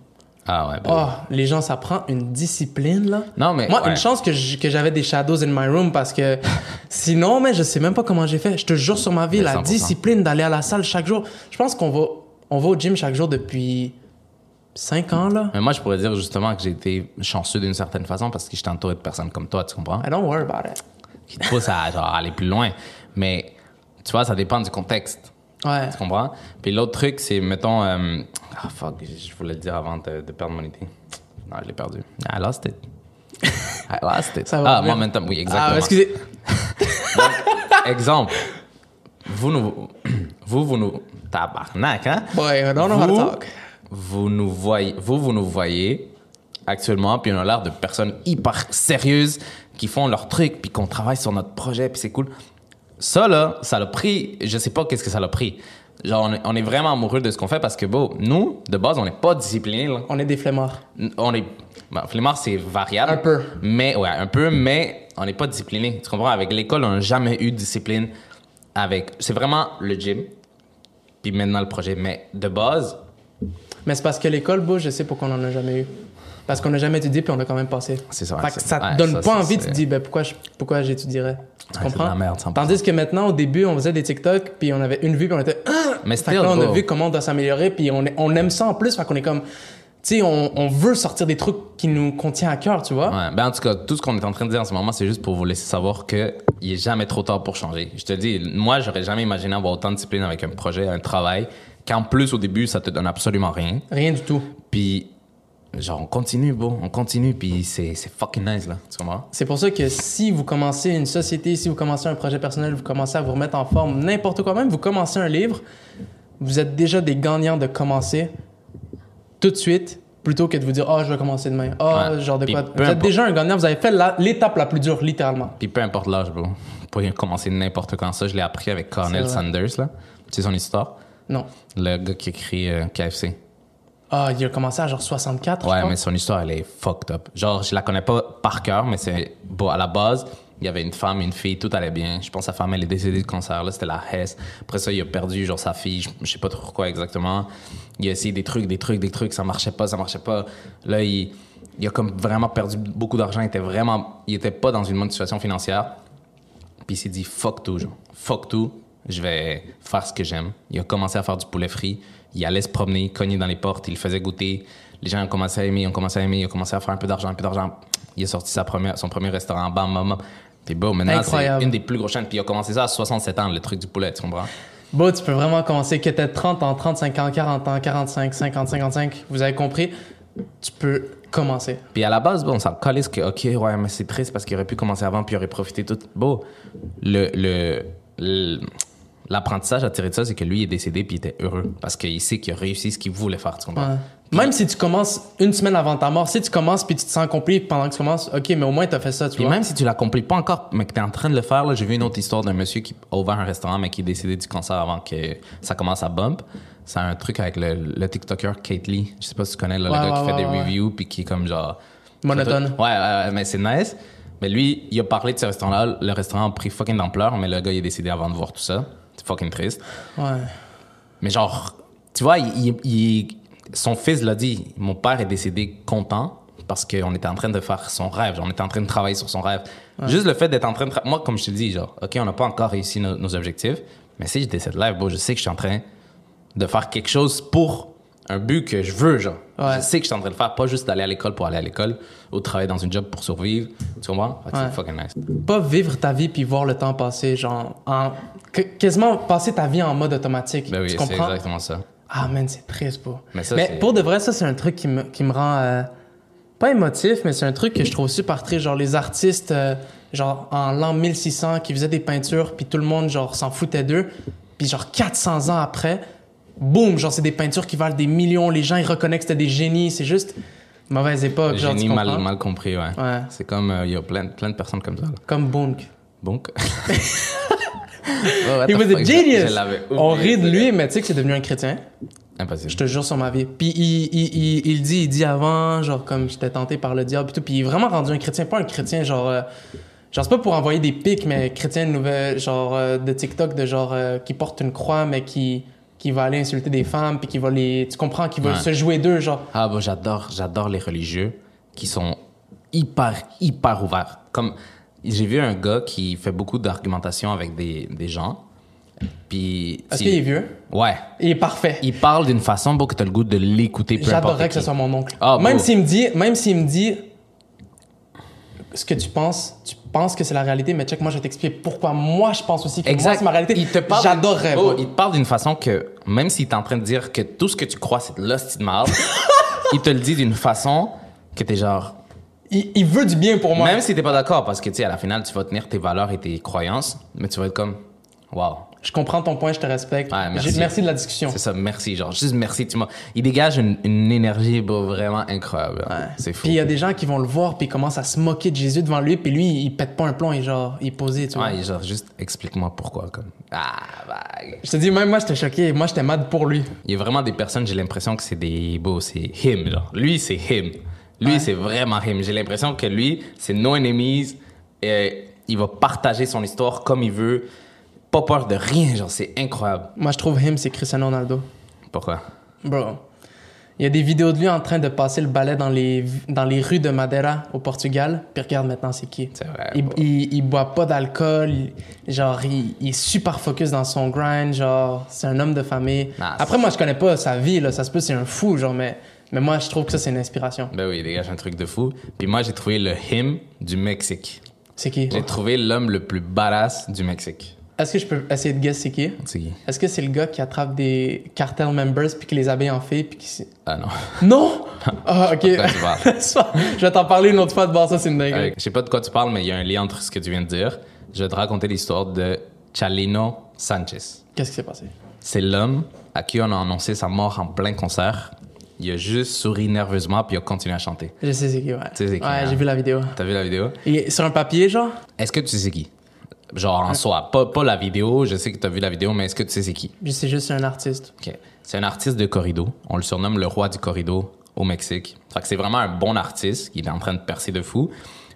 B: Ah ouais, ben oui.
A: Oh, les gens, ça prend une discipline, là.
B: Non, mais.
A: Moi,
B: ouais.
A: une chance que j- que j'avais des shadows in my room parce
B: (laughs)
A: que sinon, mais je sais même pas comment j'ai fait. Je te jure sur ma vie,
B: Mais
A: la
B: 100%.
A: discipline d'aller à la salle chaque jour. Je pense qu'on va, on va au gym chaque jour depuis 5 ans, là.
B: Mais moi, je pourrais dire justement que j'ai été chanceux d'une certaine façon parce que j'étais entouré de personnes comme toi, tu comprends?
A: I don't worry about it.
B: Qui te poussent à genre, aller plus loin. Mais tu vois, ça dépend du contexte.
A: Ouais.
B: Tu comprends? Puis l'autre truc, c'est, mettons. euh, Ah, fuck, je voulais le dire avant de, de perdre mon idée. Non, je l'ai perdu. I
A: (laughs)
B: lost it. I lost it.
A: Ça va
B: ah,
A: revenir.
B: momentum, oui, exactement.
A: Ah, excusez.
B: Exemple. Vous nous. Vous, vous nous. Tabarnak, hein?
A: Boy, I don't know how to
B: Vous-
A: talk.
B: Vous nous voyez, vous, vous nous voyez actuellement, puis on a l'air de personnes hyper sérieuses qui font leur truc, puis qu'on travaille sur notre projet, puis c'est cool. Ça, là, ça l'a pris, je sais pas qu'est-ce que ça l'a pris. Genre, on est, on est vraiment amoureux de ce qu'on fait parce que, bon, nous, de base, on n'est pas disciplinés, là.
A: On est des flemmards.
B: On est. Ben, flemmard, c'est variable.
A: Un peu.
B: Mais, ouais, un peu, mais on n'est pas discipliné. Tu comprends? Avec l'école, on n'a jamais eu de discipline. Avec. C'est vraiment le gym, puis maintenant le projet. Mais de base,
A: Mais c'est parce que l'école, bro, je sais pourquoi on en a jamais eu. Parce qu'on n'a jamais étudié puis on a quand même passé.
B: C'est ça, ouais,
A: Fait que
B: c'est-
A: ça te
B: ouais,
A: donne
B: ça,
A: pas
B: ça,
A: envie, tu
B: c'est-
A: te dis, ben pourquoi, je- pourquoi j'étudierais? Tu
B: Ouais, c'est de
A: comprends?
B: la merde, 100%.
A: Tandis que maintenant, au début, on faisait des TikTok puis on avait une vue puis on était, ah!
B: Mais
A: Fait que
B: still,
A: là, on a
B: bro.
A: vu comment on doit s'améliorer puis on, est- on aime ça en plus. Fait qu'on est comme, tu sais, on, on veut sortir des trucs qui nous contient à cœur, tu vois?
B: Ouais, ben en tout cas, tout ce qu'on est en train de dire en ce moment, c'est juste pour vous laisser savoir que il est jamais trop tard pour changer. Je te le dis, moi, j'aurais jamais imaginé avoir autant de discipline avec un projet, un travail, qu'en plus, au début, ça te donne absolument rien.
A: Rien du tout.
B: Puis, genre, on continue, bon, on continue, puis c'est c'est fucking nice, là. Tu comprends?
A: C'est pour ça que si vous commencez une société, si vous commencez un projet personnel, vous commencez à vous remettre en forme, n'importe quoi, même vous commencez un livre, vous êtes déjà des gagnants de commencer tout de suite plutôt que de vous dire oh je vais commencer demain oh
B: Ouais.
A: ce genre de
B: Puis
A: quoi
B: peu
A: vous êtes
B: importe.
A: déjà un gagnant vous avez fait la- l'étape la, plus dure littéralement
B: Puis peu importe l'âge, bro. Vous pouvez commencer n'importe quand. Ça, je l'ai appris avec Cornel
A: C'est
B: Sanders, là. Tu sais son histoire?
A: non
B: Le gars qui écrit euh, KFC.
A: ah il a commencé à genre 64 je
B: Ouais,
A: crois.
B: mais son histoire, elle est fucked up. Genre, je la connais pas par cœur, mais c'est. Bon, à la base, il y avait une femme, une fille, tout allait bien. Je pense que sa femme, elle est décédée de cancer, là, c'était la Hesse. Après ça, il a perdu, genre, sa fille, je, je sais pas trop quoi exactement. Il a essayé des trucs, des trucs, des trucs, ça marchait pas, ça marchait pas. Là, il, il a comme vraiment perdu beaucoup d'argent, il était vraiment. Il était pas dans une bonne situation financière. Puis il s'est dit fuck tout, genre. Fuck tout, je vais faire ce que j'aime. Il a commencé à faire du poulet frit. Il allait se promener, cogner dans les portes, il le faisait goûter. Les gens ont commencé à aimer, ont commencé à aimer, ils ont commencé à faire un peu d'argent, un peu d'argent. Il a sorti sa première, son premier restaurant, bam, bam, bam. T'es beau, maintenant, c'est
A: Incroyable.
B: une des plus grosses chaînes. Puis il a commencé ça à 67 ans, le truc du poulet, tu comprends?
A: Bon, tu peux vraiment commencer que t'es 30 ans, 35 ans, 40 ans, 45, 50, 55, vous avez compris, tu peux commencer.
B: Puis à la base, bon, ça me calisse que, OK, ouais, mais c'est triste parce qu'il aurait pu commencer avant puis il aurait profité tout. Beau. Le. le, le- L'apprentissage à tirer de ça, c'est que lui il est décédé puis il était heureux parce qu'il sait qu'il a réussi ce qu'il voulait faire, tu comprends?
A: Ouais. Même si tu commences une semaine avant ta mort, si tu commences puis tu te sens accompli pendant que tu commences, ok, mais au moins t'as fait ça, tu
B: Puis
A: vois.
B: même si tu l'accomplis pas encore, mais que tu es en train de le faire, là, j'ai vu une autre histoire d'un monsieur qui a ouvert un restaurant, mais qui est décédé du cancer avant que ça commence à bump. C'est un truc avec le, le TikToker Kate Lee. Je sais pas si tu connais, là, le
A: Ouais,
B: gars qui
A: ouais,
B: fait des
A: ouais, ouais.
B: reviews, puis qui est comme genre.
A: Monotone.
B: Ouais, ouais, ouais, mais c'est nice. Mais lui, il a parlé de ce restaurant-là. Le restaurant a pris fucking d'ampleur, mais le gars, il est décédé avant de voir tout ça. C'est fucking triste.
A: Ouais.
B: Mais genre, tu vois, il- il- il- son fils l'a dit, mon père est décédé content, parce qu'on était en train de faire son rêve, genre, on était en train de travailler sur son rêve. Juste le fait d'être en train de... tra- Moi, comme je te le dis, genre, OK, on n'a pas encore réussi nos, nos objectifs, mais si je décide live, bon, je sais que je suis en train de faire quelque chose pour un but que je veux, genre.
A: Ouais.
B: Je sais que je suis en train de faire, pas juste d'aller à l'école pour aller à l'école ou de travailler dans une job pour survivre, tu comprends? Fait que
A: Ouais.
B: c'est fucking nice. Ben
A: Pas vivre ta vie puis voir le temps passer, genre, en, que- quasiment passer ta vie en mode automatique.
B: Ben oui,
A: tu
B: c'est
A: comprends?
B: exactement ça.
A: Ah, man, c'est triste, beau.
B: Mais ça, c'est-
A: pour de vrai, ça, c'est un truc qui me, qui me rend. euh, pas émotif, mais c'est un truc que je trouve super triste. Genre, les artistes, euh, genre, en l'an 1600, qui faisaient des peintures, puis tout le monde, genre, s'en foutait d'eux. Puis, genre, 400 ans après, boum, genre, c'est des peintures qui valent des millions. Les gens, ils reconnaissent que c'était des génies. C'est juste une mauvaise époque. Genre,
B: Génie
A: tu
B: mal,
A: comprends?
B: mal compris, ouais.
A: Ouais.
B: C'est comme, il y a plein, plein de personnes comme ça. là.
A: Comme Bunk. (laughs)
B: Donc. Oh, what
A: He
B: the
A: was
B: fuck,
A: a
B: je-
A: genius!
B: je l'avais oublié,
A: On rit de
B: c'est
A: lui,
B: vrai.
A: mais tu sais que c'est devenu un chrétien.
B: Impossible.
A: Je te jure sur ma vie. Puis il, il, il, il dit, il dit avant, genre comme j'étais tenté par le diable et tout. Puis il est vraiment rendu un chrétien, pas un chrétien genre. euh, genre c'est pas pour envoyer des pics, mais chrétien de nouvelle, genre euh, de TikTok de genre euh, qui porte une croix mais qui qui va aller insulter des femmes puis qui va les, tu comprends, qui va
B: Ouais.
A: se jouer d'eux genre.
B: Ah, bah, j'adore, j'adore les religieux qui sont hyper, hyper ouverts. Comme, j'ai vu un gars qui fait beaucoup d'argumentation avec des, des gens. Puis.
A: Est-ce
B: si-
A: qu'il est vieux
B: Ouais.
A: Il est parfait.
B: Il parle d'une façon pour que t'as le goût de l'écouter peu importe
A: J'adorerais que
B: qui.
A: ce soit mon oncle.
B: Ah,
A: même
B: beau.
A: s'il me dit, même s'il me dit ce que tu penses, tu penses que c'est la réalité, mais check, moi je vais t'expliquer pourquoi moi je pense aussi que moi,
B: Exact.
A: c'est ma réalité.
B: Il te parle.
A: J'adorerais.
B: Oh,
A: moi.
B: il te parle d'une façon que, même s'il est en train de dire que tout ce que tu crois, c'est de l'hostie de
A: (laughs)
B: marde, il te le dit d'une façon que t'es genre.
A: il, il veut du bien pour moi.
B: Même si t'es pas d'accord, parce que, tu sais, à la finale, tu vas tenir tes valeurs et tes croyances, mais tu vas être comme. Waouh.
A: Je comprends ton point, je te respecte.
B: Ouais, merci.
A: J'ai- de la discussion.
B: C'est ça, merci, genre, juste merci. Tu m'as- il dégage une, une énergie bro, vraiment incroyable. C'est fou.
A: Puis il y a des gens qui vont le voir puis ils commencent à se moquer de Jésus devant lui puis lui il pète pas un plomb et genre il est posé, tu vois.
B: Ouais, genre, juste explique-moi pourquoi. Comme. Ah, vague.
A: Je te dis même moi j'étais choqué, moi j'étais mad pour lui.
B: Il y a vraiment des personnes, j'ai l'impression que c'est des beaux, c'est him, genre. Lui, c'est him. Lui, c'est vraiment him. J'ai l'impression que lui, c'est no enemies. Et il va partager son histoire comme il veut. Pas peur de rien, genre, c'est incroyable.
A: Moi je trouve him c'est Cristiano Ronaldo.
B: Pourquoi?
A: Bro. Il y a des vidéos de lui en train de passer le balai dans les, dans les rues de Madeira au Portugal. Puis regarde maintenant c'est qui.
B: C'est vrai,
A: il,
B: bro.
A: il, il boit pas d'alcool. il- Genre, il, il est super focus dans son grind. Genre, c'est un homme de famille.
B: Nice.
A: Après, moi, je connais pas sa vie. Là, ça se peut, c'est un fou. Genre, mais, mais moi, je trouve que ça, c'est une inspiration.
B: Ben oui, il dégage un truc de fou. Puis moi, j'ai trouvé le him du Mexique.
A: C'est qui?
B: J'ai trouvé l'homme le plus badass du Mexique.
A: Est-ce que je peux essayer de guesser c'est qui?
B: C'est qui?
A: Est-ce que c'est le gars qui attrape des cartel members puis qui les habille en filles puis qui... s-
B: Ah (laughs) non.
A: Non! Ah, OK.
B: Pourquoi tu
A: (laughs)
B: parles?
A: je vais t'en parler une autre fois de voir ça, c'est une dinguerie.
B: Euh, je sais pas de quoi tu parles, mais il y a un lien entre ce que tu viens de dire. Je vais te raconter l'histoire de Chalino Sanchez.
A: Qu'est-ce qui s'est passé?
B: C'est l'homme à qui on a annoncé sa mort en plein concert. Il a juste souri nerveusement puis il a continué à chanter.
A: Je sais c'est qui, ouais.
B: sais c'est qui,
A: ouais,
B: hein?
A: j'ai vu la vidéo.
B: T'as vu la vidéo?
A: Et sur un papier, genre?
B: Est-ce que tu sais qui? Genre en soi, pas, pas la vidéo, je sais que t'as vu la vidéo, mais est-ce que tu sais c'est qui?
A: Je sais juste c'est un artiste.
B: Ok. C'est un artiste de corrido. On le surnomme le roi du corrido au Mexique. Fait que c'est vraiment un bon artiste qui est en train de percer de fou.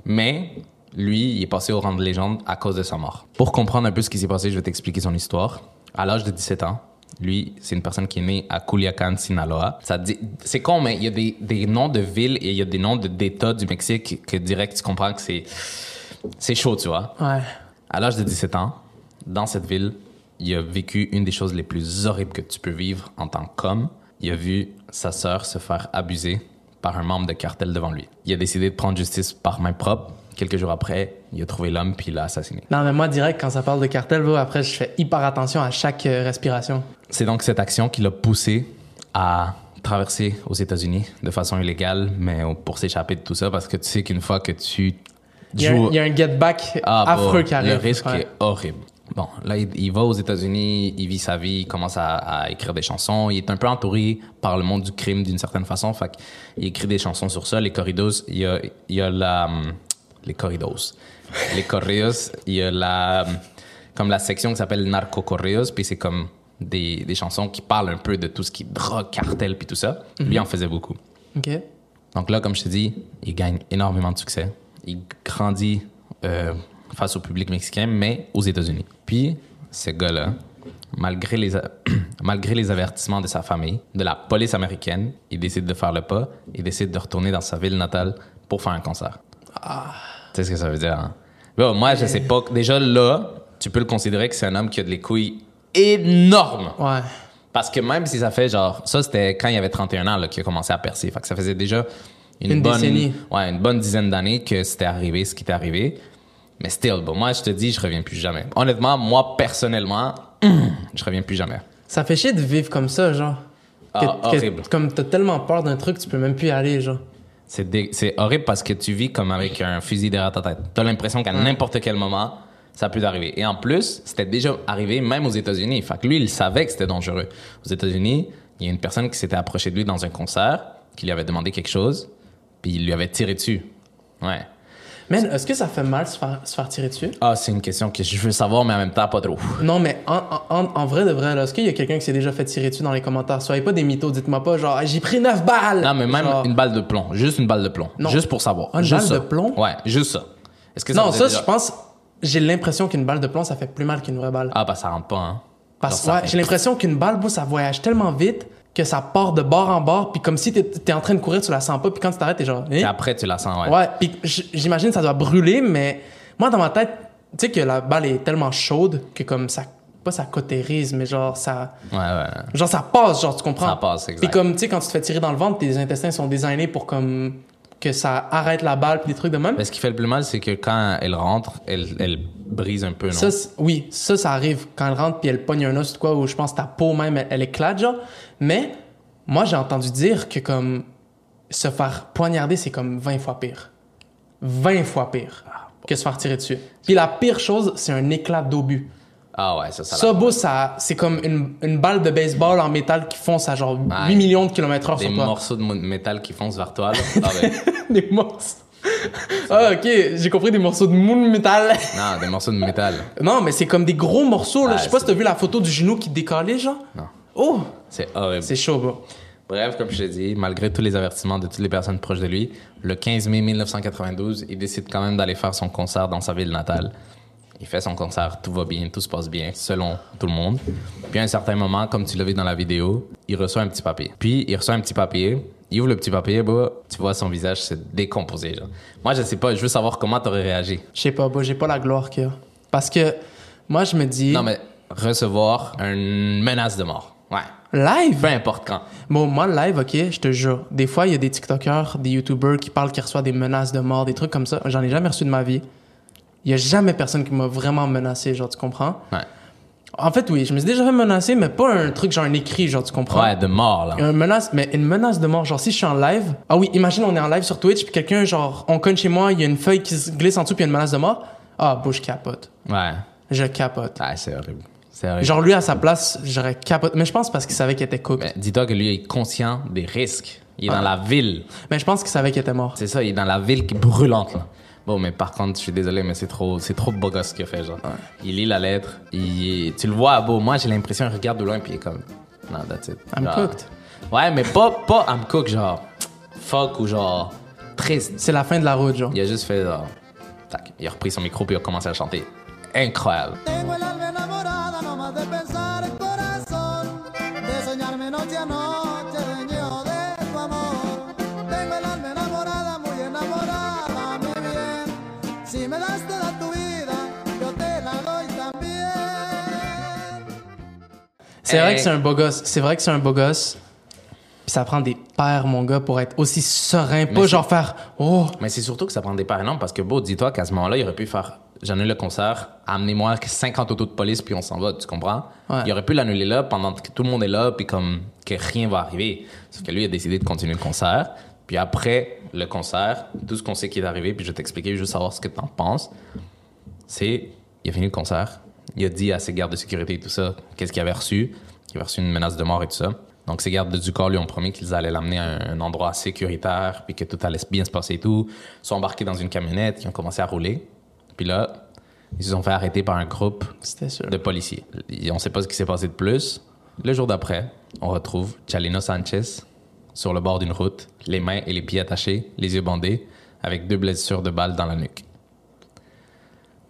B: Mais lui, il est passé au rang de légende à cause de sa mort. Pour comprendre un peu ce qui s'est passé, je vais t'expliquer son histoire. À l'âge de 17 ans, lui, c'est une personne qui est née à Culiacán, Sinaloa. Ça dit- c'est con, mais il y a des, des noms de villes et il y a des noms de- d'États du Mexique que direct tu comprends que c'est, c'est chaud, tu vois.
A: Ouais.
B: À l'âge de 17 ans, dans cette ville, il a vécu une des choses les plus horribles que tu peux vivre en tant qu'homme. Il a vu sa sœur se faire abuser par un membre de cartel devant lui. Il a décidé de prendre justice par main propre. Quelques jours après, il a trouvé l'homme puis il l'a assassiné.
A: Non, mais moi, direct, quand ça parle de cartel, bro, après, je fais hyper attention à chaque euh, respiration.
B: C'est donc cette action qui l'a poussé à traverser aux États-Unis de façon illégale, mais pour s'échapper de tout ça, parce que tu sais qu'une fois que tu
A: Il y a,
B: joues
A: un- il y a un get back
B: Ah,
A: affreux
B: bah,
A: qui arrive.
B: Le risque
A: Ouais.
B: est horrible. Bon, là, il, il va aux États-Unis, il vit sa vie, il commence à, à écrire des chansons. Il est un peu entouré par le monde du crime d'une certaine façon. Fait qu'il écrit des chansons sur ça. Les corridos, il y a, il y a la. hum, Les corridos. Les corridos, il y a la. hum, Comme la section qui s'appelle Narco Corridos, puis c'est comme des, des chansons qui parlent un peu de tout ce qui est drogue, cartel, puis tout ça. Lui en faisait beaucoup.
A: OK.
B: Donc là, comme je te dis, il gagne énormément de succès. Il grandit euh, face au public mexicain, mais aux États-Unis. Puis, ce gars-là, malgré les, a- (clears throat) Malgré les avertissements de sa famille, de la police américaine, il décide de faire le pas et décide de retourner dans sa ville natale pour faire un concert. Tu sais ce que ça veut dire, hein? Bon, moi, je sais pas. Déjà là, tu peux le considérer que c'est un homme qui a des couilles énormes.
A: Ouais.
B: Parce que même si ça fait genre. Ça, c'était quand il avait 31 ans là, qu'il a commencé à percer. Fait que ça faisait déjà une,
A: Une
B: bonne.
A: décennie.
B: Ouais, une bonne dizaine d'années que c'était arrivé ce qui t'est arrivé. Mais still, bon, moi, je te dis, je reviens plus jamais. Honnêtement, moi, personnellement, (clears throat) je reviens plus jamais.
A: Ça fait chier de vivre comme ça, genre.
B: Ah, horrible.
A: Comme t'as tellement peur d'un truc, tu peux même plus y aller, genre.
B: C'est dé- c'est horrible parce que tu vis comme avec un fusil derrière ta tête. T'as l'impression qu'à n'importe quel moment, ça peut t'arriver. Et en plus, c'était déjà arrivé même aux États-Unis. Fait que lui, il savait que c'était dangereux. Aux États-Unis, il y a une personne qui s'était approchée de lui dans un concert, qui lui avait demandé quelque chose, puis il lui avait tiré dessus. Ouais.
A: Man, est-ce que ça fait mal se faire, se faire tirer dessus?
B: Ah, c'est une question que je veux savoir, mais en même temps, pas trop.
A: Non, mais en, en- en vrai de vrai, là, est-ce qu'il y a quelqu'un qui s'est déjà fait tirer dessus dans les commentaires? Soyez pas des mythos, dites-moi pas, genre, Ah, j'ai pris 9 balles!
B: Non, mais même
A: Genre,
B: une balle de plomb. Juste une balle de plomb.
A: Non. Ah,
B: Juste pour savoir.
A: Une
B: Juste
A: balle
B: ça.
A: de plomb?
B: Ouais, juste ça. Est-ce que ça
A: Non,
B: vous est
A: ça,
B: déjà-
A: je pense, j'ai l'impression qu'une balle de plomb, ça fait plus mal qu'une vraie balle.
B: Ah, bah, ça rentre pas, hein.
A: Parce que
B: Genre, ça fait-
A: j'ai l'impression qu'une balle, bro, ça voyage tellement vite que ça part de bord en bord, puis comme si t'es- t'es en train de courir, tu la sens pas, puis quand tu t'arrêtes, t'es genre. Eh?
B: Et après, tu la sens,
A: Ouais, puis j- j'imagine que ça doit brûler, mais moi, dans ma tête, tu sais que la balle est tellement chaude que comme ça. Pas ça cautérise, mais genre ça.
B: Ouais, ouais.
A: Genre ça passe, genre tu comprends.
B: Ça passe, exact.
A: Puis comme, tu sais, quand tu te fais tirer dans le ventre, tes intestins sont designés pour comme. que ça arrête la balle, puis des trucs de même.
B: Mais ce qui fait le plus mal, c'est que quand elle rentre, elle, elle brise un peu, non?
A: Ça, c'est- oui, ça, ça arrive quand elle rentre puis elle pogne un os ou de quoi, où je pense que ta peau même, elle, elle éclate, genre. Mais moi, j'ai entendu dire que comme se faire poignarder, c'est comme 20 fois pire. 20 fois pire
B: Ah,
A: que se faire tirer dessus. Puis la pire chose, c'est un éclat d'obus.
B: ah ouais, ça, ça.
A: Ça, beau, ça, c'est comme une, une balle de baseball en métal qui fonce à genre 8
B: Ouais.
A: millions de kilomètres heure
B: des
A: sur toi.
B: morceaux de mo- métal qui foncent vers toi, là. Ah ouais.
A: (laughs) des morceaux. ah, ok, j'ai compris des morceaux de moon métal.
B: (laughs)
A: (laughs)
B: non, des morceaux de métal.
A: Non, mais c'est comme des gros morceaux. Là.
B: Ouais,
A: je sais pas
B: Ah, c'est-
A: si t'as vu la photo du genou qui décollait, genre.
B: Non.
A: Oh,
B: C'est horrible.
A: c'est chaud, bro.
B: Bref, comme je t'ai dit, malgré tous les avertissements de toutes les personnes proches de lui, le 15 mai 1992, il décide quand même d'aller faire son concert dans sa ville natale. Il fait son concert, tout va bien, tout se passe bien, selon tout le monde. Puis à un certain moment, comme tu l'as vu dans la vidéo, il reçoit un petit papier. Puis il reçoit un petit papier, il ouvre le petit papier, bah, tu vois son visage se décomposer. genre. Moi, je sais pas, je veux savoir comment t'aurais réagi.
A: Je sais pas, bro, j'ai pas la gloire qu'il y a. Parce que moi, je me dis.
B: Non, mais recevoir une menace de mort. Ouais. Peu
A: Live?
B: importe quand.
A: Bon, moi, live, ok, je te jure. Des fois, il y a des TikTokers, des YouTubers qui parlent qu'ils reçoivent des menaces de mort, des trucs comme ça. J'en ai jamais reçu de ma vie. Il y a jamais personne qui m'a vraiment menacé, genre, tu comprends?
B: Ouais.
A: En fait, oui, je me suis déjà fait menacer, mais pas un truc genre un écrit, genre, tu comprends?
B: Ouais, de mort, là.
A: Une Euh, menace, mais une menace de mort. Genre, si je suis en live. Ah oui, imagine, on est en live sur Twitch, puis quelqu'un, genre, on conne chez moi, il y a une feuille qui se glisse en dessous, puis il y a une menace de mort. Ah, bro, je capote.
B: Ouais.
A: Je capote.
B: Ah, c'est horrible. C'est horrible.
A: Genre, lui, à sa place, j'aurais capote. Mais je pense parce qu'il savait qu'il était cook.
B: Mais
A: Mais,
B: dis-toi que Ben, lui est conscient des risques. Il est
A: Ah.
B: dans la ville.
A: je pense qu'il savait qu'il était mort.
B: C'est ça, il est dans la ville qui est brûlante. Là. Bon, mais par contre, je suis désolé, mais c'est trop, c'est trop beau gosse ce qu'il a fait, genre. Il lit la lettre, il, tu le vois, beau. Moi, j'ai l'impression, il regarde de loin, puis il est comme, non, that's it.
A: I'm
B: Genre-
A: cooked.
B: Ouais, mais pas, pas I'm cooked, genre, fuck ou genre, triste.
A: C'est la fin de la route, genre.
B: Il a juste fait, genre, tac. Il a repris son micro, puis il a commencé à chanter. Incroyable.
C: Tengo el alma enamorada, nomás de pensar el corazón. De soñarme noche a noche, dueño de tu amor. Tengo el alma enamorada, muy enamorada, mi bien. Si me das toda tu vida, yo te la doy también.
A: C'est vrai que
B: Hey.
A: c'est un beau gosse. C'est vrai que c'est un beau gosse. Puis ça prend des pères, mon gars, pour être aussi serein. Pas
B: c'est-
A: genre faire Oh,
B: Mais c'est surtout que ça prend des parts énormes parce que, beau, dis-toi qu'à ce moment-là, il aurait pu faire j'annule le concert, amenez-moi 50 autos de police, puis on s'en va, tu comprends?
A: Ouais.
B: Il aurait pu l'annuler là pendant que tout le monde est là, puis comme que rien va arriver. Sauf que lui, il a décidé de continuer le concert. Puis après le concert, tout ce qu'on sait qui est arrivé, puis je vais t'expliquer, je veux savoir ce que t'en penses, c'est il a fini le concert, il a dit à ses gardes de sécurité et tout ça qu'est-ce qu'il avait reçu. Il avait reçu une menace de mort et tout ça. Donc ses gardes du corps lui ont promis qu'ils allaient l'amener à un- un endroit sécuritaire puis que tout allait bien se passer et tout. Ils sont embarqués dans une camionnette, ils ont commencé à rouler. Puis là, ils se sont fait arrêter par un groupe
A: c'était sûr.
B: de policiers. Et on ne sait pas ce qui s'est passé de plus. Le jour d'après, on retrouve Chalino Sanchez sur le bord d'une route, les mains et les pieds attachés, les yeux bandés, avec deux blessures de balles dans la nuque.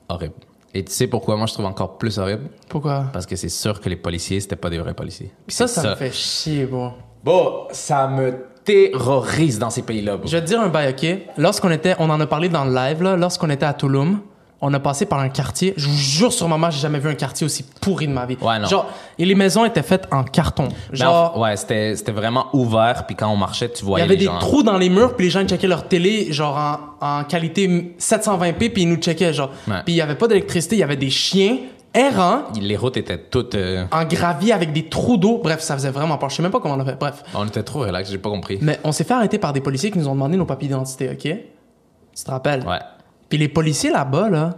B: Horrible. Et tu sais pourquoi moi je trouve encore plus horrible?
A: Pourquoi?
B: Parce que c'est sûr que les policiers, c'était pas des vrais policiers. Puis
A: Ça,
B: c'est
A: ça, me fait chier, bro.
B: Bon, ça me terrorise dans ces pays-là. bro.
A: Je vais te dire un bail, OK? Lorsqu'on était... On en a parlé dans le live, là. Lorsqu'on était à Tulum, on a passé par un quartier... Je vous jure sur ma mère, j'ai jamais vu un quartier aussi pourri de ma vie.
B: Ouais, non.
A: Genre, et les maisons étaient faites en carton.
B: Mais
A: Genre...
B: en- ouais, c'était c'était vraiment ouvert, puis quand on marchait, tu
A: Il y
B: voyais
A: avait
B: les
A: des
B: gens.
A: trous dans les murs, puis les gens ils checkaient leur télé, genre en, en qualité 720p, puis ils nous checkaient, genre.
B: Ouais.
A: Puis il y avait pas d'électricité, il y avait des chiens errants
B: Les routes étaient toutes. euh,
A: en gravier avec des trous d'eau. Bref, ça faisait vraiment peur. Je sais même pas comment on a fait. Bref.
B: On était trop relax, j'ai pas compris.
A: Mais on s'est fait arrêter par des policiers qui nous ont demandé nos papiers d'identité, OK? Tu te rappelles?
B: Ouais.
A: Puis les policiers là-bas, là,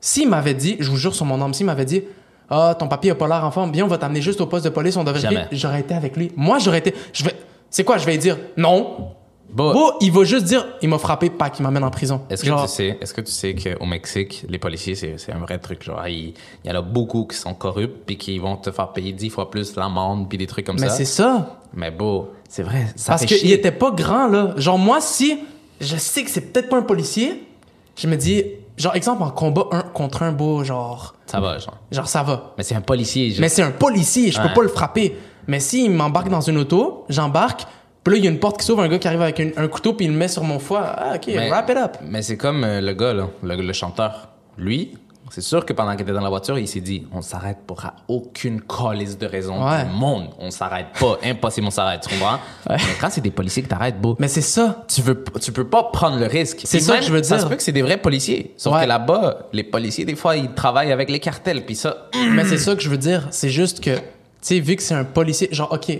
A: s'ils m'avaient dit, je vous jure sur mon âme, s'ils m'avaient dit, ah, ton papier a pas l'air en forme, bien, on va t'amener juste au poste de police, on devrait.
B: Jamais.
A: J'aurais été avec lui. Moi, j'aurais été. Je vais. C'est quoi, je vais dire non?
B: Bon,
A: Bon, il va juste dire, il m'a frappé, pas qu'il m'amène en prison.
B: Est-ce que, tu sais, est-ce que tu sais qu'au Mexique, les policiers, c'est, c'est un vrai truc. Genre, il, il y en a beaucoup qui sont corrupts puis qui vont te faire payer 10 fois plus l'amende puis des trucs comme
A: Mais
B: ça.
A: c'est ça.
B: Mais beau, c'est vrai. Ça
A: Parce
B: fait
A: qu'il
B: chier.
A: était pas grand, là. Genre, moi, si je sais que c'est peut-être pas un policier, je me dis, genre, exemple, en combat un contre un beau, genre,
B: Ça va, genre.
A: genre, ça va.
B: Mais c'est un policier. je-
A: Mais c'est un policier, je
B: Ouais.
A: peux pas le frapper. Mais s'il m'embarque dans une auto, j'embarque, puis là, il y a une porte qui s'ouvre, un gars qui arrive avec une- un couteau, puis il le met sur mon foie. Ah, ok,
B: mais-
A: wrap it up.
B: Mais c'est comme euh, le gars, là, le, le chanteur. Lui, c'est sûr que pendant qu'il était dans la voiture, il s'est dit on s'arrête pour à aucune colise de raison
A: Ouais.
B: du monde. On s'arrête pas. Impossible, on s'arrête. Tu comprends? Mais quand c'est des policiers qui t'arrêtent, beau.
A: Mais c'est ça.
B: tu veux tu peux pas prendre le risque.
A: C'est
B: Puis
A: ça
B: même,
A: que je veux
B: Ça
A: dire.
B: se peut que c'est des vrais policiers. Sauf
A: Ouais.
B: que là-bas, les policiers des fois ils travaillent avec les cartels puis ça.
A: Mais c'est ça que je veux dire. C'est juste que, tu sais, vu que c'est un policier, genre, OK,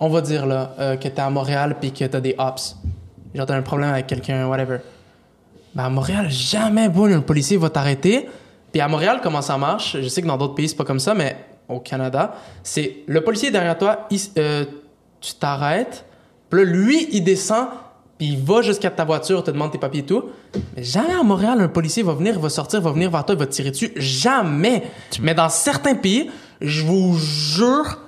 A: on va dire là, euh, que t'es à Montréal puis que t'as des ops. Genre, t'as un problème avec quelqu'un, whatever. Ben, à Montréal, jamais, bon, un policier va t'arrêter. Puis à Montréal, comment ça marche? Je sais que dans d'autres pays, c'est pas comme ça, mais au Canada, c'est le policier derrière toi, il s- euh, tu t'arrêtes. Puis là, lui, il descend, puis il va jusqu'à ta voiture, te demande tes papiers et tout. Mais jamais à Montréal, un policier va venir, va sortir, va venir vers toi, il va te tirer dessus. Jamais! Mais dans certains pays, je vous jure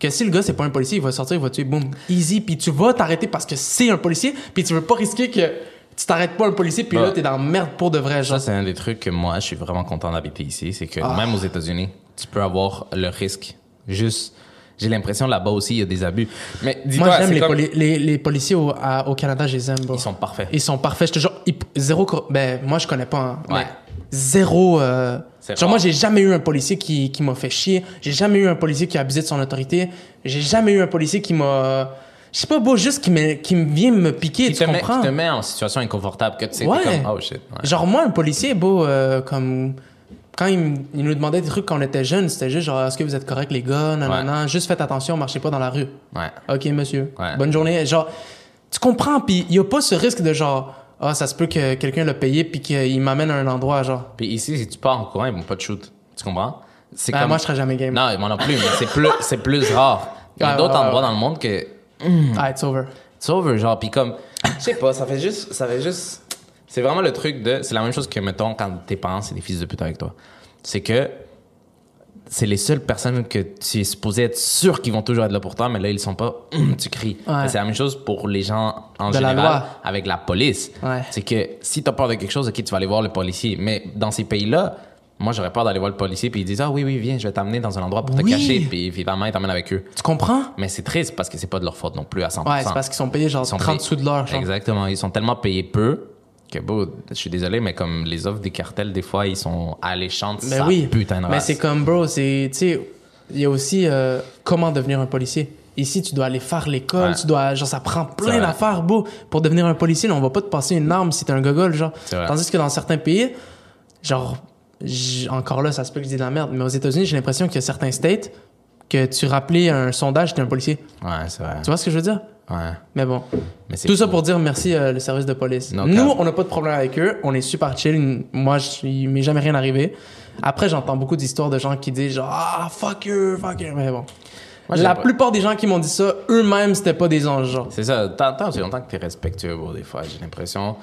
A: que si le gars, c'est pas un policier, il va sortir, il va te tuer, boum, easy, puis tu vas t'arrêter parce que c'est un policier, puis tu veux pas risquer que tu t'arrêtes pas un policier, puis
B: Ouais.
A: là, t'es dans la merde pour de vrai, genre.
B: Ah. Ça c'est un des trucs que moi je suis vraiment content d'habiter ici, c'est que
A: Ah.
B: même aux États-Unis, tu peux avoir le risque. Juste j'ai l'impression là-bas aussi il y a des abus. Mais dis-toi
A: Moi, j'aime
B: c'est
A: les,
B: comme-
A: poli- les, les policiers au, à- au Canada, je les aime. bro.
B: Ils sont parfaits.
A: Ils sont parfaits, je te jure. Ils- zéro. cor- Ben, moi, je connais pas. hein, mais
B: Ouais.
A: zéro. euh,
B: C'est
A: Genre, moi,
B: rare.
A: j'ai jamais eu un policier qui, qui m'a fait chier. J'ai jamais eu un policier qui a abusé de son autorité. J'ai jamais eu un policier qui m'a. Je sais pas, beau, juste qui me, qui me vient me piquer,
B: qui
A: tu
B: te, met,
A: comprends?
B: qui te met en situation inconfortable que tu sais t'es
A: Ouais.
B: comme oh shit. ouais.
A: Genre, moi, un policier, beau, euh, comme. Quand il, me- il nous demandait des trucs quand on était jeunes, c'était juste genre, est-ce que vous êtes correct, les gars? Non, non,
B: Ouais.
A: non. Juste faites attention, marchez pas dans la rue.
B: Ouais.
A: OK, monsieur.
B: Ouais.
A: Bonne journée. Genre, tu comprends, puis il n'y a pas ce risque de genre, ah, ça se peut que quelqu'un l'a payé, puis qu'il m'amène à un endroit, genre.
B: Puis ici si tu pars en courant, ils vont pas te shoot. Tu comprends? C'est
A: Ben, moi, je serais jamais game.
B: Non, moi non plus, mais c'est plus c'est plus rare. Il y a
A: Ouais,
B: d'autres
A: ouais, ouais,
B: endroits
A: ouais.
B: dans le monde que
A: Ah, it's over.
B: Sauveur, genre, puis comme, je sais pas, ça fait juste, ça fait juste, c'est vraiment le truc de, c'est la même chose que, mettons, quand tes parents, c'est des fils de pute avec toi. C'est que, c'est les seules personnes que tu es supposé être sûr qu'ils vont toujours être là pour toi, mais là, ils sont pas, Hum, tu cries.
A: Ouais.
B: Mais C'est la même chose pour les gens en
A: De la
B: général
A: loi.
B: avec la police.
A: Ouais.
B: C'est que si t'as peur de quelque chose, ok, tu vas aller voir le policier. Mais dans ces pays-là, moi, j'aurais peur d'aller voir le policier, puis ils disent, ah oui, oui, viens, je vais t'amener dans un endroit pour te
A: Oui.
B: cacher, puis évidemment, ils t'emmènent avec eux.
A: Tu comprends?
B: Mais c'est triste parce que c'est pas de leur faute non plus à 100%.
A: Ouais, c'est parce qu'ils sont payés genre
B: Ils sont
A: 30
B: payés-
A: sous de l'heure, genre.
B: Exactement. Ils sont tellement payés peu que, beau, je suis désolé, mais comme les offres des cartels, des fois, ils sont alléchantes.
A: Ben
B: ça
A: oui.
B: putain de
A: Mais
B: race.
A: c'est comme, bro, c'est, tu sais, il y a aussi euh, comment devenir un policier. Ici, tu dois aller faire l'école,
B: Ouais.
A: tu dois, genre, ça prend
B: C'est
A: plein
B: vrai.
A: d'affaires, bro. Pour devenir un policier, là, on va pas te passer une arme si t'es un gogol, genre.
B: C'est vrai.
A: Tandis que dans certains pays, genre, j- encore là, ça se peut que je dise de la merde, mais aux États-Unis, j'ai l'impression qu'il y a certains states que tu rappelais un sondage, t'es un policier.
B: Ouais, c'est vrai.
A: Tu vois ce que je veux dire?
B: Ouais.
A: Mais bon.
B: Mais c'est
A: Tout ça
B: fou.
A: pour dire merci euh, le service de police.
B: No
A: Nous,
B: cap.
A: on n'a pas de problème avec eux. On est super chill. N- Moi, je suis- il m'est jamais rien arrivé. Après, j'entends beaucoup d'histoires de gens qui disent genre ah fuck you, fuck you. Mais bon.
B: Moi, j'ai
A: La
B: pas-
A: plupart des gens qui m'ont dit ça, eux-mêmes, c'était pas des anges. genre.
B: C'est ça. T'entends, c'est longtemps que t'es respectueux, bro, des fois. J'ai l'impression.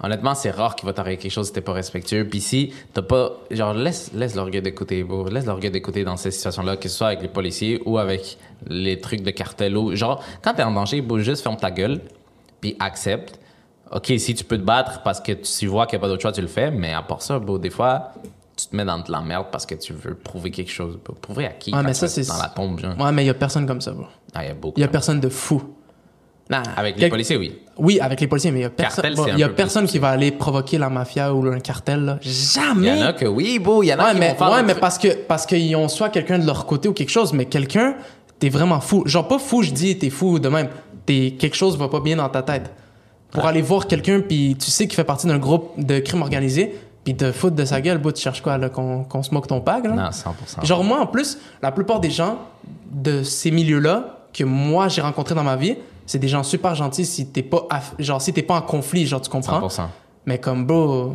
B: Honnêtement, c'est rare qu'il va t'arriver quelque chose si t'es pas respectueux. Puis si t'as pas. Genre, laisse, laisse l'orgueil d'écouter, bro. Laisse l'orgueil d'écouter dans ces situations-là, que ce soit avec les policiers ou avec les trucs de cartel ou. Genre, quand t'es en danger, bro, juste ferme ta gueule. Puis accepte. OK, si tu peux te battre parce que tu vois qu'il n'y a pas d'autre choix, tu le fais. Mais à part ça, bro, des fois, tu te mets dans de la merde parce que tu veux prouver quelque chose. Prouver à qui
A: Ouais,
B: quand
A: mais
B: tu
A: ça,
B: vas
A: c'est-
B: dans la tombe, genre.
A: Ouais, mais il y a personne comme ça, bro.
B: Ah, il y a beaucoup.
A: Il y a
B: comme-
A: personne de fou. Nah,
B: Avec les
A: quel-
B: policiers, oui.
A: Oui, avec les policiers, mais il y a personne,
B: Cartel, c'est
A: bon,
B: un
A: il y a
B: peu
A: personne
B: plus-
A: qui va aller provoquer la mafia ou un cartel, là.
B: Il
A: Jamais!
B: y en a que oui, beau, il y en a
A: Ouais,
B: qui
A: mais,
B: vont faire
A: ouais,
B: le-
A: mais parce que parce qu'ils ont soit quelqu'un de leur côté ou quelque chose, mais quelqu'un, t'es vraiment fou. Genre pas fou, je dis t'es fou de même. T'es quelque chose va pas bien dans ta tête. Pour aller voir quelqu'un puis tu sais qu'il fait partie d'un groupe de crime organisé, puis te foutre de sa gueule, bout tu cherches quoi là qu'on qu'on se moque ton pag là.
B: Non, 100%.
A: Genre moi en plus, la plupart des gens de ces milieux-là que moi j'ai rencontrés dans ma vie, c'est des gens super gentils si t'es pas aff- genre si t'es pas en conflit, genre tu comprends.
B: 100%.
A: Mais comme, bro,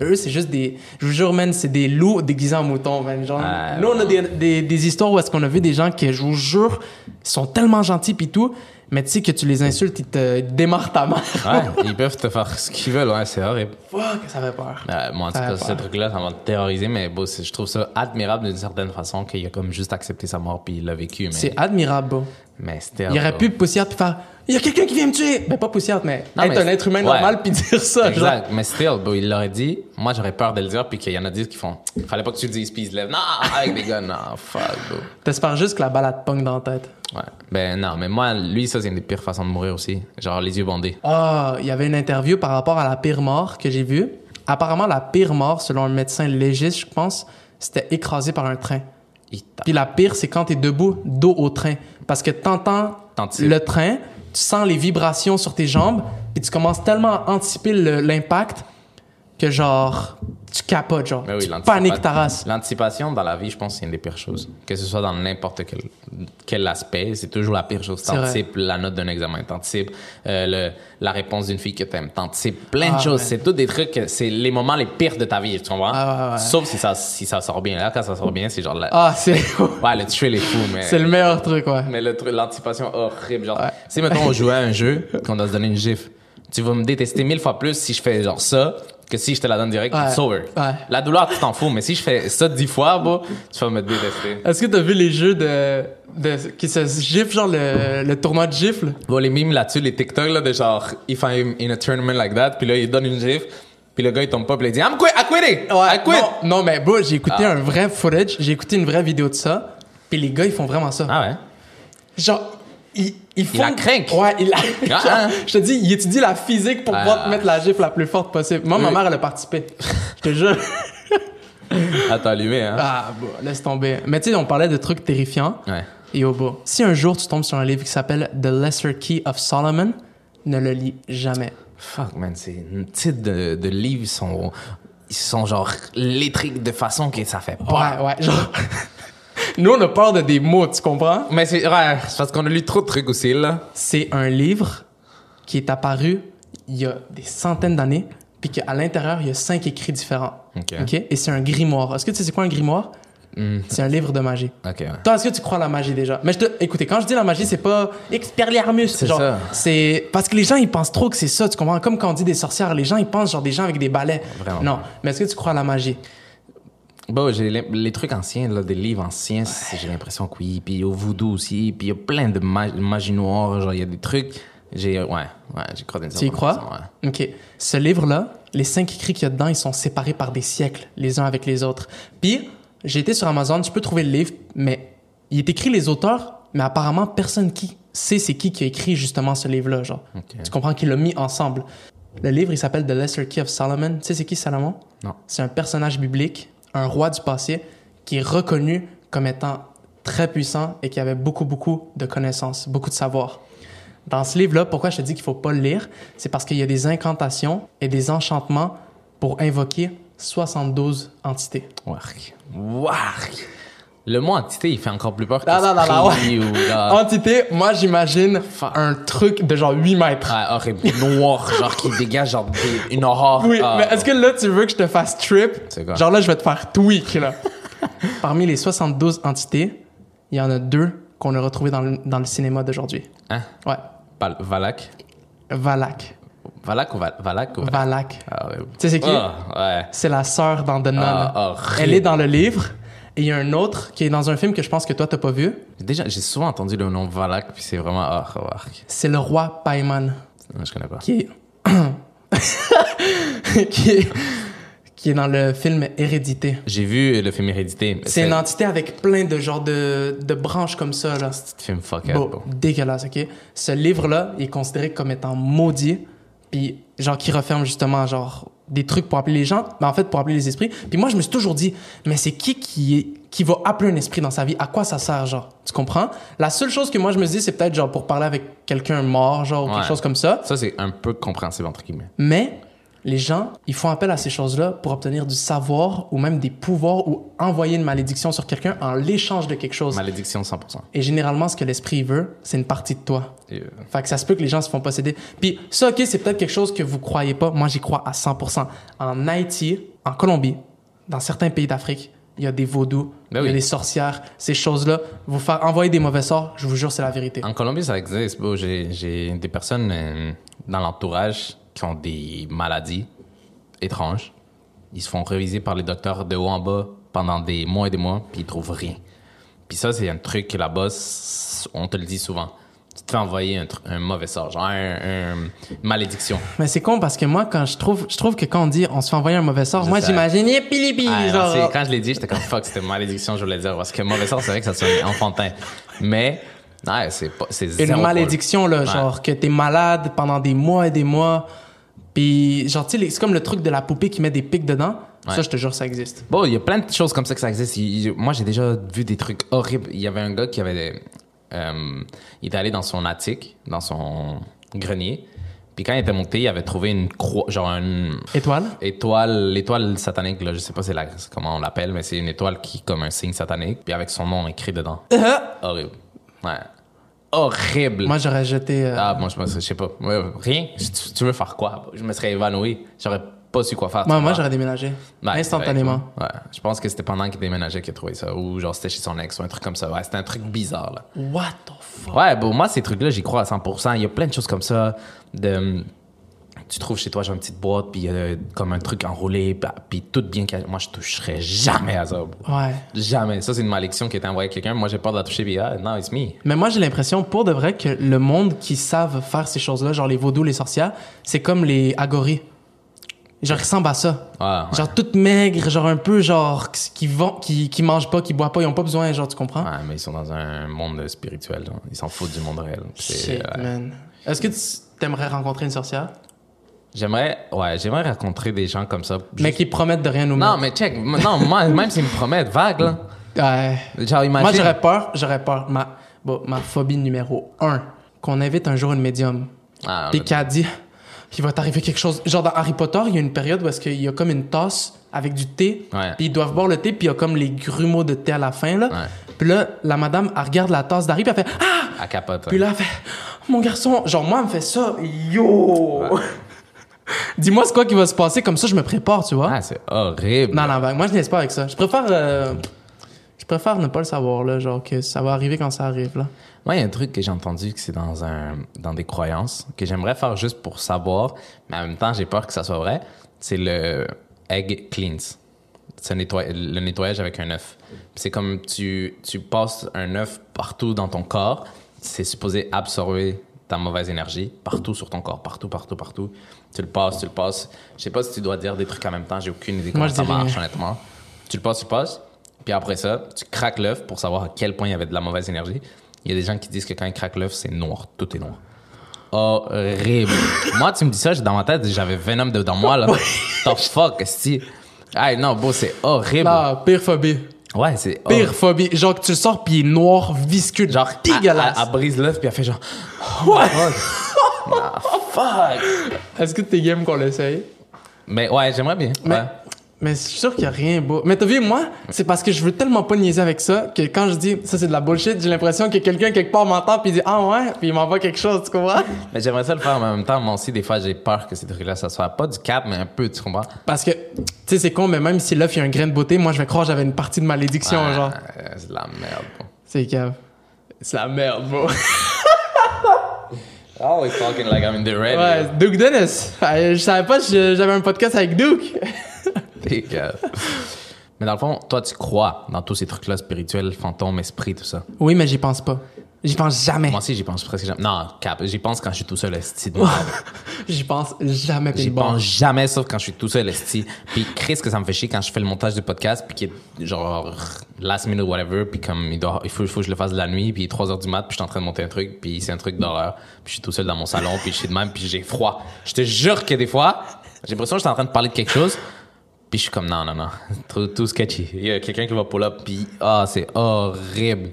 A: eux, c'est juste des. Je vous jure, man, c'est des loups déguisés en moutons, man. Genre,
B: Ah,
A: nous, on a des, des, des histoires où est-ce qu'on a vu des gens qui, je vous jure, sont tellement gentils pis tout, mais tu sais que tu les insultes, ils te démarrent ta mère.
B: Ouais, ils peuvent te faire ce qu'ils veulent, ouais, c'est horrible.
A: (laughs) Fuck, ça fait peur.
B: Euh, moi, en tout
A: Ça
B: cas,
A: va pas.
B: ce truc-là, ça m'a terrorisé, mais bon, c'est- je trouve ça admirable d'une certaine façon qu'il a comme juste accepté sa mort puis il l'a vécu. Mais,
A: C'est admirable, bro.
B: mais c'était.
A: Il aurait pu poussière pis faire. Il y a quelqu'un qui vient me tuer! Ben, pas poussière, mais
B: Non,
A: être
B: mais
A: un
B: c'est-
A: être humain
B: ouais.
A: normal pis dire ça, genre.
B: Exact, mais still, bro, il l'aurait dit. Moi, j'aurais peur de le dire, puis qu'il y en a 10 qui font. Fallait pas que tu le dises, puis ils se lèvent. Non, avec des gars, non, fuck, bro.
A: T'espères juste que la balade pogne dans la tête.
B: Ouais. Ben non, mais moi, lui, ça, c'est une des pires façons de mourir aussi. Genre, les yeux bandés.
A: Ah, il y avait une interview par rapport à la pire mort que j'ai vue. Apparemment, la pire mort, selon le médecin légiste, je pense, c'était écrasé par un train.
B: Il t'a-
A: Puis la pire, c'est quand t'es debout, dos au train. Parce que t'entends
B: T'anticipes.
A: le train, tu sens les vibrations sur tes jambes, puis tu commences tellement à anticiper le- l'impact que genre, tu capotes, genre.
B: Mais oui,
A: tu
B: l'anticipa-
A: paniques ta race.
B: L'anticipation dans la vie, je pense, c'est une des pires choses. Que ce soit dans n'importe quel, quel aspect, c'est toujours la pire chose.
A: vrai.
B: T'anticipes la note d'un examen, t'anticipes euh, le- la réponse d'une fille que t'aimes, t'anticipes plein
A: Ah,
B: de choses.
A: ouais.
B: C'est tous des trucs, que c'est les moments les pires de ta vie, tu comprends?
A: Ah, ouais, ouais.
B: Sauf si ça, si ça sort bien. Là, quand ça sort bien, c'est genre... La...
A: Ah, c'est (laughs)
B: Ouais, le tuer les fous, mais...
A: c'est le meilleur truc, ouais.
B: Mais le truc, l'anticipation horrible. Genre, si mettons, on jouait à un jeu, qu'on doit se donner une gifle, tu vas me détester mille fois plus si je fais genre ça que si je te la donne direct,
A: Ouais.
B: tu te sauves.
A: Ouais.
B: La douleur, tu t'en fous, mais si je fais ça dix fois, bah, tu vas me détester.
A: Est-ce que t'as vu les jeux de, de qui se giflent, genre le, le tournoi de gifles?
B: Bon, les mimes là-dessus, les TikTok, là, de genre, if I'm in a tournament like that, puis là, il donne une gifle, puis le gars, il tombe pas, puis il dit, I'm quit, I quit it! I quit! Ah.
A: Non, non, mais bro, j'ai écouté un vrai footage, j'ai écouté une vraie vidéo de ça, puis les gars, ils font vraiment ça.
B: Ah ouais?
A: Genre, ils, ils font...
B: la craquent.
A: Ouais, il la...
B: Ah,
A: Genre,
B: hein.
A: Je te dis, ils étudient la physique pour pouvoir
B: Ah.
A: te mettre la gifle la plus forte possible. Moi, ma
B: Oui.
A: mère, elle a participé. Je te
B: (laughs)
A: jure.
B: À t'allumer, hein?
A: Ah, bon, laisse tomber. Mais tu sais, on parlait de trucs terrifiants.
B: Ouais.
A: Et au bout, si un jour tu tombes sur un livre qui s'appelle The Lesser Key of Solomon, ne le lis jamais.
B: Fuck, man, c'est une titre de, de livres, ils sont, ils sont genre électriques de façon que ça fait peur.
A: Ouais, ouais, genre... (laughs) Nous, on a peur de des mots, tu comprends?
B: Mais c'est ouais, c'est parce qu'on a lu trop de trucs aussi, là.
A: c'est un livre qui est apparu il y a des centaines d'années, puis qu'à l'intérieur, il y a cinq écrits différents.
B: Ok. Hmm.
A: Et c'est un grimoire. Est-ce que tu sais c'est quoi un grimoire? C'est un livre de magie.
B: Ok, ouais.
A: Toi, est-ce que tu crois à la magie déjà? Mais je te... écoutez, quand je dis la magie, c'est pas expelliarmus. C'est genre,
B: ça.
A: C'est parce que les gens, ils pensent trop que c'est ça. Tu comprends? Comme quand on dit des sorcières, les gens, ils pensent genre des gens avec des balais.
B: Vraiment.
A: Non. Mais est-ce que tu crois à la magie?
B: Bon, Bah j'ai l'im- les trucs anciens, là, des livres anciens, c'est- j'ai l'impression que oui. Puis au voodoo aussi, puis il y a plein de ma- magie noire, genre il y a des trucs. J'ai, ouais, ouais, j'y crois d'une
A: Tu y
B: certaine façon,
A: crois?
B: ouais.
A: OK. Ce livre-là, les cinq écrits qu'il y a dedans, ils sont séparés par des siècles, les uns avec les autres. Puis, j'ai été sur Amazon, tu peux trouver le livre, mais il est écrit les auteurs, mais apparemment, personne qui sait c'est qui qui a écrit justement ce livre-là. Genre. Tu comprends qu'il l'a mis ensemble. Le livre, il s'appelle The Lesser Key of Solomon. Tu sais, c'est qui Salomon?
B: Non.
A: C'est un personnage biblique, un roi du passé, qui est reconnu comme étant très puissant et qui avait beaucoup, beaucoup de connaissances, beaucoup de savoir. Dans ce livre-là, pourquoi je te dis qu'il faut pas le lire, c'est parce qu'il y a des incantations et des enchantements pour invoquer 72 entités.
B: Wark. Wark. Le mot entité, il fait encore plus peur que
A: Non, non, non, non,
B: esprit
A: ouais.
B: ou
A: (laughs)
B: genre-
A: Entité, moi j'imagine un truc de genre 8 mètres.
B: Ouais, horrible. Noir, genre qui dégage genre des- une aurore.
A: Oui,
B: Ah,
A: mais est-ce que là tu veux que je te fasse trip?
B: C'est quoi?
A: Genre là, je vais te faire tweak là. (laughs) Parmi les 72 entités, il y en a deux qu'on a retrouvées dans le, dans le cinéma d'aujourd'hui.
B: Hein?
A: Ouais.
B: Val- Valak.
A: Valak.
B: Valak ou Val- Valak ou Valak?
A: Valak.
B: Ah, horrible.
A: Tu sais c'est qui?
B: Ah, ouais.
A: c'est la sœur dans The Nun.
B: Ah, horrible.
A: Elle est dans le livre. Et il y a un autre qui est dans un film que je pense que toi, t'as pas vu.
B: J'ai Déjà, j'ai souvent entendu le nom Valak, puis c'est vraiment ah, Wark.
A: C'est le roi Paimon, (coughs)
B: Non, je connais pas.
A: qui est... qui est... qui est dans le film Hérédité.
B: J'ai vu le film Hérédité. mais
A: C'est une entité avec plein de genres de, de branches comme ça, là.
B: C'est un film fuck up,
A: Bon,
B: bon.
A: dégueulasse, OK? Ce livre-là est considéré comme étant maudit, puis genre qui referme justement genre des trucs pour appeler les gens, mais en fait pour appeler les esprits. Puis moi, je me suis toujours dit, mais c'est qui qui, est- qui va appeler un esprit dans sa vie? À quoi ça sert, genre? Tu comprends? La seule chose que moi, je me dis, c'est peut-être genre pour parler avec quelqu'un mort, genre, ou
B: Ouais.
A: quelque chose comme ça.
B: Ça, c'est un peu compréhensible, entre guillemets.
A: Mais les gens, ils font appel à ces choses-là pour obtenir du savoir ou même des pouvoirs ou envoyer une malédiction sur quelqu'un en l'échange de quelque chose.
B: Malédiction 100%.
A: Et généralement, ce que l'esprit veut, c'est une partie de toi.
B: Et, euh,
A: Fait que ça se peut que les gens se font posséder. Puis ça, OK, c'est peut-être quelque chose que vous croyez pas. Moi, j'y crois à 100%. En Haïti, en Colombie, dans certains pays d'Afrique, il y a des vaudous, il y
B: Ben
A: a
B: oui.
A: des sorcières, ces choses-là. Vous faire envoyer des mauvais sorts, je vous jure, c'est la vérité.
B: En Colombie, ça existe. Bon, j'ai, j'ai des personnes euh, dans l'entourage qui ont des maladies étranges. Ils se font réviser par les docteurs de haut en bas pendant des mois et des mois, puis ils trouvent rien. Puis ça, c'est un truc que là-bas, s- on te le dit souvent. Tu te fais envoyer un, tr- un mauvais sort, genre un- un- une malédiction.
A: Mais c'est con parce que moi, quand je trouve, je trouve que quand on dit on se fait envoyer un mauvais sort,
B: Je
A: moi,
B: sais.
A: j'imagine, yipi, lipi,
B: Ah, non,
A: genre.
B: c'est- quand je l'ai dit, j'étais comme fuck, c'était malédiction, je voulais dire. Parce que mauvais sort, c'est vrai que ça sonne enfantin. Mais, ouais, c'est pas. C'est
A: une
B: zéro
A: malédiction là,
B: Ouais.
A: genre que t'es malade pendant des mois et des mois, puis genre tu sais, les- c'est comme le truc de la poupée qui met des pics dedans. Ça,
B: Ouais.
A: je te jure, ça existe.
B: Bon, il y a plein de choses comme ça que ça existe. Il- il- moi, j'ai déjà vu des trucs horribles. Il y avait un gars qui avait. euh, il était allé dans son attic, dans son grenier. Puis quand il était monté, il avait trouvé une croix, genre une
A: Étoile.
B: étoile, l'étoile satanique, là, je sais pas c'est la- c'est comment on l'appelle, mais c'est une étoile qui est comme un signe satanique, puis avec son nom écrit dedans.
A: Uh-huh.
B: Horrible. Ouais. Horrible.
A: Moi, j'aurais jeté. euh,
B: ah, moi, je, me serais- je sais pas. Ouais, rien. Tu, tu veux faire quoi? Je me serais évanoui. J'aurais pas su quoi faire. tu
A: moi, moi
B: vois.
A: j'aurais déménagé
B: Ouais,
A: instantanément.
B: Ouais. Je pense que c'était pendant qu'il déménageait qu'il a trouvé ça. Ou genre c'était chez son ex ou un truc comme ça. Ouais, c'était un truc bizarre là.
A: What the fuck?
B: Ouais, bon, moi ces trucs-là, j'y crois à 100%. Il y a plein de choses comme ça. De, tu trouves chez toi genre une petite boîte, puis il y a euh, comme un truc enroulé, puis- puis tout bien caché. Moi, je toucherais jamais à ça. bro.
A: Ouais.
B: Jamais. Ça, c'est une malédiction qui est envoyée à quelqu'un. Moi, j'ai peur de la toucher, puis ah, non, it's me.
A: Mais moi, j'ai l'impression, pour de vrai, que le monde qui savent faire ces choses-là, genre les vaudous, les sorcières, c'est comme les agoris. Genre, ils ressemblent à ça.
B: Ouais, Ah, ouais.
A: Genre, toutes maigres, genre un peu, genre, qui, vont, qui, qui mangent pas, qui boivent pas, ils ont pas besoin, genre, tu comprends?
B: Ouais, mais ils sont dans un monde spirituel. genre. Ils s'en foutent du monde réel. C'est- euh,
A: Shit,
B: ouais.
A: man. Est-ce que tu t'aimerais rencontrer une sorcière?
B: J'aimerais, ouais, j'aimerais rencontrer des gens comme ça.
A: Mais qui promettent de rien nous
B: Non, mais check. m- Non, moi, même s'ils me promettent, vague, là.
A: Ouais.
B: Genre, imagine.
A: Moi, j'aurais peur, j'aurais peur. Ma, bon, ma phobie numéro un, qu'on invite un jour une médium.
B: Ah,
A: Puis
B: mais-
A: qu'elle dit, il va t'arriver quelque chose. Genre dans Harry Potter, il y a une période où est-ce qu'il y a comme une tasse avec du thé.
B: Ouais.
A: Puis ils doivent boire le thé, puis il y a comme les grumeaux de thé à la fin, là.
B: Ouais.
A: Puis là, la madame, elle regarde la tasse d'Harry, puis elle fait, ah!
B: À capote.
A: Puis là, elle fait Oh, Mon garçon, genre, moi, elle me fait ça. Yo (laughs) Dis-moi c'est quoi qui va se passer, comme ça, je me prépare, tu vois.
B: Ah, c'est horrible.
A: Non, non, ben, moi, je niaise pas avec ça. Je préfère. euh, Je préfère ne pas le savoir, là, genre que ça va arriver quand ça arrive, là.
B: Moi, il y a un truc que j'ai entendu que c'est dans un, dans des croyances, que j'aimerais faire juste pour savoir, mais en même temps, j'ai peur que ça soit vrai. C'est le egg cleanse. C'est un nettoy- le nettoyage avec un œuf. Puis C'est comme tu, tu passes un œuf partout dans ton corps. C'est supposé absorber ta mauvaise énergie partout sur ton corps, partout, partout, partout. Tu le passes, tu le passes. Je sais pas si tu dois dire des trucs en même temps. J'ai aucune idée comment
A: je
B: ça
A: dirais-
B: marche, honnêtement. Tu le passes, tu le passes. Puis après ça, tu craques l'œuf pour savoir à quel point il y avait de la mauvaise énergie. Il y a des gens qui disent que quand ils craquent l'œuf, c'est noir. Tout est noir. Horrible. moi, tu me dis ça, j'ai- dans ma tête, j'avais Venom dedans moi, là. The fuck, si. Ah non, beau, c'est horrible.
A: Ah, pire phobie.
B: Ouais, c'est
A: Pire
B: horrible.
A: phobie. Genre que tu le sors, puis il est noir, visqueux,
B: Ah. Genre,
A: genre
B: elle-
A: dégueulasse.
B: Elle, elle brise l'œuf, puis elle fait genre.
A: Ouais.
B: (laughs) Fuck.
A: Est-ce que t'es game qu'on l'essaye?
B: Mais ouais, j'aimerais bien.
A: Mais,
B: Ouais.
A: mais je suis sûr qu'il y a rien beau. Mais t'as vu, moi, c'est parce que je veux tellement pas niaiser avec ça que quand je dis ça, c'est de la bullshit, j'ai l'impression que quelqu'un quelque part m'entend puis il dit ah ouais, puis il m'envoie quelque chose, tu comprends?
B: Mais j'aimerais ça le faire, mais en même temps, moi aussi, des fois, j'ai peur que ces trucs-là, ça soit pas du cap, mais un peu, tu comprends?
A: Parce que, tu sais, c'est con, mais même si l'œuf, il y a un grain de beauté, moi, je vais croire que j'avais une partie de malédiction,
B: Ah,
A: genre.
B: euh, C'est de la merde, bro.
A: C'est cave. C'est la merde, bro.
B: Always talking like I'm in the
A: (laughs)
B: red.
A: ouais, Duke Dennis. Euh, Je savais pas que j'avais un podcast avec Duke. (laughs)
B: Dégueulasse. Mais dans le fond, toi, tu crois dans tous ces trucs-là spirituels, fantômes, esprits, tout ça.
A: Oui, mais j'y pense pas. J'y pense jamais.
B: Moi aussi, j'y pense presque jamais. Non, cap, j'y pense quand je suis tout seul, esti. de merde.
A: J'y pense jamais.
B: J'y
A: puis bon.
B: pense jamais, sauf quand je suis tout seul, esti. Puis Chris, que ça me fait chier quand je fais le montage du podcast, puis qui est genre last minute, whatever, puis comme il, doit, il, faut, il faut que je le fasse de la nuit, puis 3 heures du mat, puis je suis en train de monter un truc, puis c'est un truc d'horreur, puis je suis tout seul dans mon salon, puis je suis de même, puis j'ai froid. Je te jure que des fois, j'ai l'impression que je suis en train de parler de quelque chose, puis je suis comme non, non, non, tout, tout sketchy. Il y a quelqu'un qui va pull up, puis ah, c'est horrible.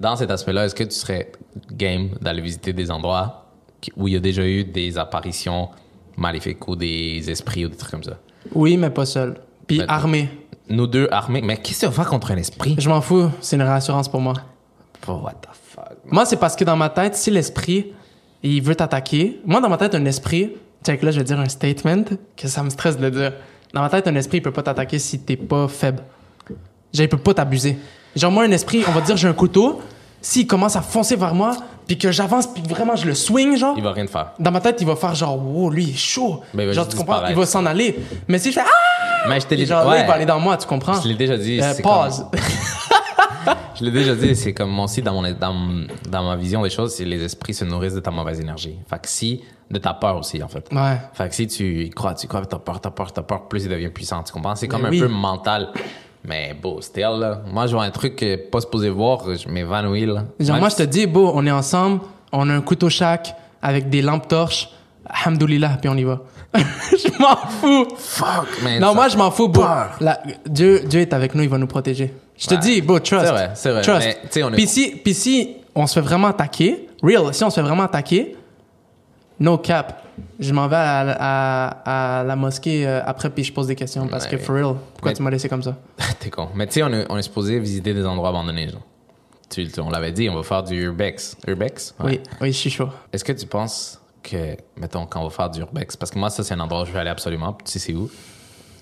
B: Dans cet aspect-là, est-ce que tu serais game d'aller visiter des endroits qui- où il y a déjà eu des apparitions maléfiques ou des esprits ou des trucs comme ça?
A: Oui, mais pas seul. Puis
B: Ben,
A: armé.
B: Nous deux armés, mais qu'est-ce que tu vas faire contre un esprit?
A: Je m'en fous, c'est une réassurance pour moi.
B: Oh, what the fuck?
A: Moi, c'est parce que dans ma tête, si l'esprit, il veut t'attaquer, moi, dans ma tête, un esprit, check là, je vais dire un statement, que ça me stresse de le dire. Dans ma tête, un esprit, il peut pas t'attaquer si t'es pas faible. Genre, il peut pas t'abuser. Genre, moi, un esprit, on va dire, j'ai un couteau, s'il commence à foncer vers moi, puis que j'avance, puis vraiment, je le swing, genre,
B: Il va rien te faire.
A: dans ma tête, il va faire genre, wow, lui, il est chaud.
B: Mais il va
A: genre,
B: juste
A: tu comprends? Il
B: disparaître.
A: va s'en aller. Mais si je fais, ah!
B: Mais je t'ai déjà
A: Genre, là,
B: ouais.
A: il va aller dans moi, tu comprends?
B: Je l'ai déjà dit,
A: Euh,
B: c'est
A: pause.
B: Je l'ai déjà dit, c'est comme moi aussi, dans, mon, dans, dans ma vision des choses, c'est les esprits se nourrissent de ta mauvaise énergie. Fait que si, de ta peur aussi, en fait.
A: Ouais.
B: Fait que si tu y crois, tu y crois, t'as peur, t'as peur, t'as peur, plus il devient puissant, tu comprends? C'est comme
A: Mais
B: un
A: oui.
B: peu mental. Mais beau, still, là. Moi, je vois un truc que pas supposé voir, je m'évanouis, là.
A: Genre,
B: Même
A: moi, je te dis, beau, on est ensemble, on a un couteau chaque avec des lampes torches. Alhamdoulilah, puis on y va. (laughs) je m'en fous.
B: Fuck, man,
A: Non,
B: ça-
A: moi, je m'en fous, beau.
B: Peur.
A: La- Dieu, Dieu est avec nous, il va nous protéger. Je te
B: Ouais.
A: dis, beau, trust.
B: C'est vrai, c'est vrai,
A: Trust.
B: mais, tu sais, on est-
A: Puis si, puis si on se fait vraiment attaquer, real, si on se fait vraiment attaquer, no cap. Je m'en vais à, à- à la mosquée euh, après, puis je pose des questions parce que
B: Ouais.
A: for real, pourquoi
B: Mais-
A: tu m'as laissé comme ça?
B: (laughs) T'es con. Mais tu sais, on, est- on est supposé visiter des endroits abandonnés, genre. Tu, tu- on l'avait dit, on va faire du urbex. Urbex? Ouais.
A: Oui, oui, je suis chaud.
B: Est-ce que tu penses que, mettons, quand on va faire du urbex, parce que moi, ça, c'est un endroit où je vais aller absolument, puis tu sais, c'est où?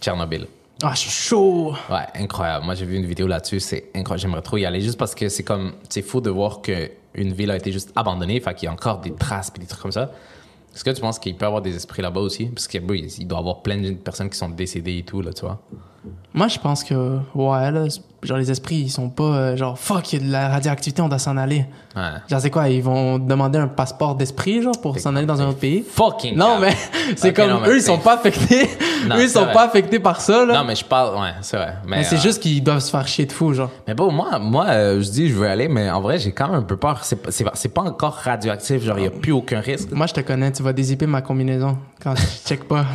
B: Tchernobyl.
A: Ah, je suis chaud.
B: Ouais, incroyable. Moi, j'ai vu une vidéo là-dessus, c'est incroyable. J'aimerais trop y aller juste parce que c'est comme, c'est fou de voir que une ville a été juste abandonnée, fait qu'il y a encore des traces puis des trucs comme ça. Est-ce que tu penses qu'il peut y avoir des esprits là-bas aussi? Parce que, bon, il il doit y avoir plein de personnes qui sont décédées et tout, là, tu vois.
A: Moi, je pense que, ouais, là, c'est- genre, les esprits, ils sont pas, euh, genre, fuck, il y a de la radioactivité, on doit s'en aller.
B: Ouais.
A: Genre, c'est quoi, ils vont demander un passeport d'esprit, genre, pour s'en aller dans un autre pays?
B: Fucking
A: Non,
B: cap.
A: mais c'est
B: Ok,
A: comme,
B: non, mais
A: eux, ils
B: c'est-
A: sont pas affectés.
B: Non,
A: eux, ils
B: c'est
A: sont
B: vrai.
A: pas affectés par ça, là.
B: Non, mais je parle, ouais, c'est vrai. Mais,
A: mais c'est
B: euh,
A: juste qu'ils doivent se faire chier de fou, genre.
B: Mais bon, moi, moi euh, je dis, je veux aller, mais en vrai, j'ai quand même un peu peur. C'est pas- c'est pas- c'est pas encore radioactif, genre, il n'y a plus aucun risque.
A: Moi, je te connais, tu vas dézipper ma combinaison quand je check pas. (laughs)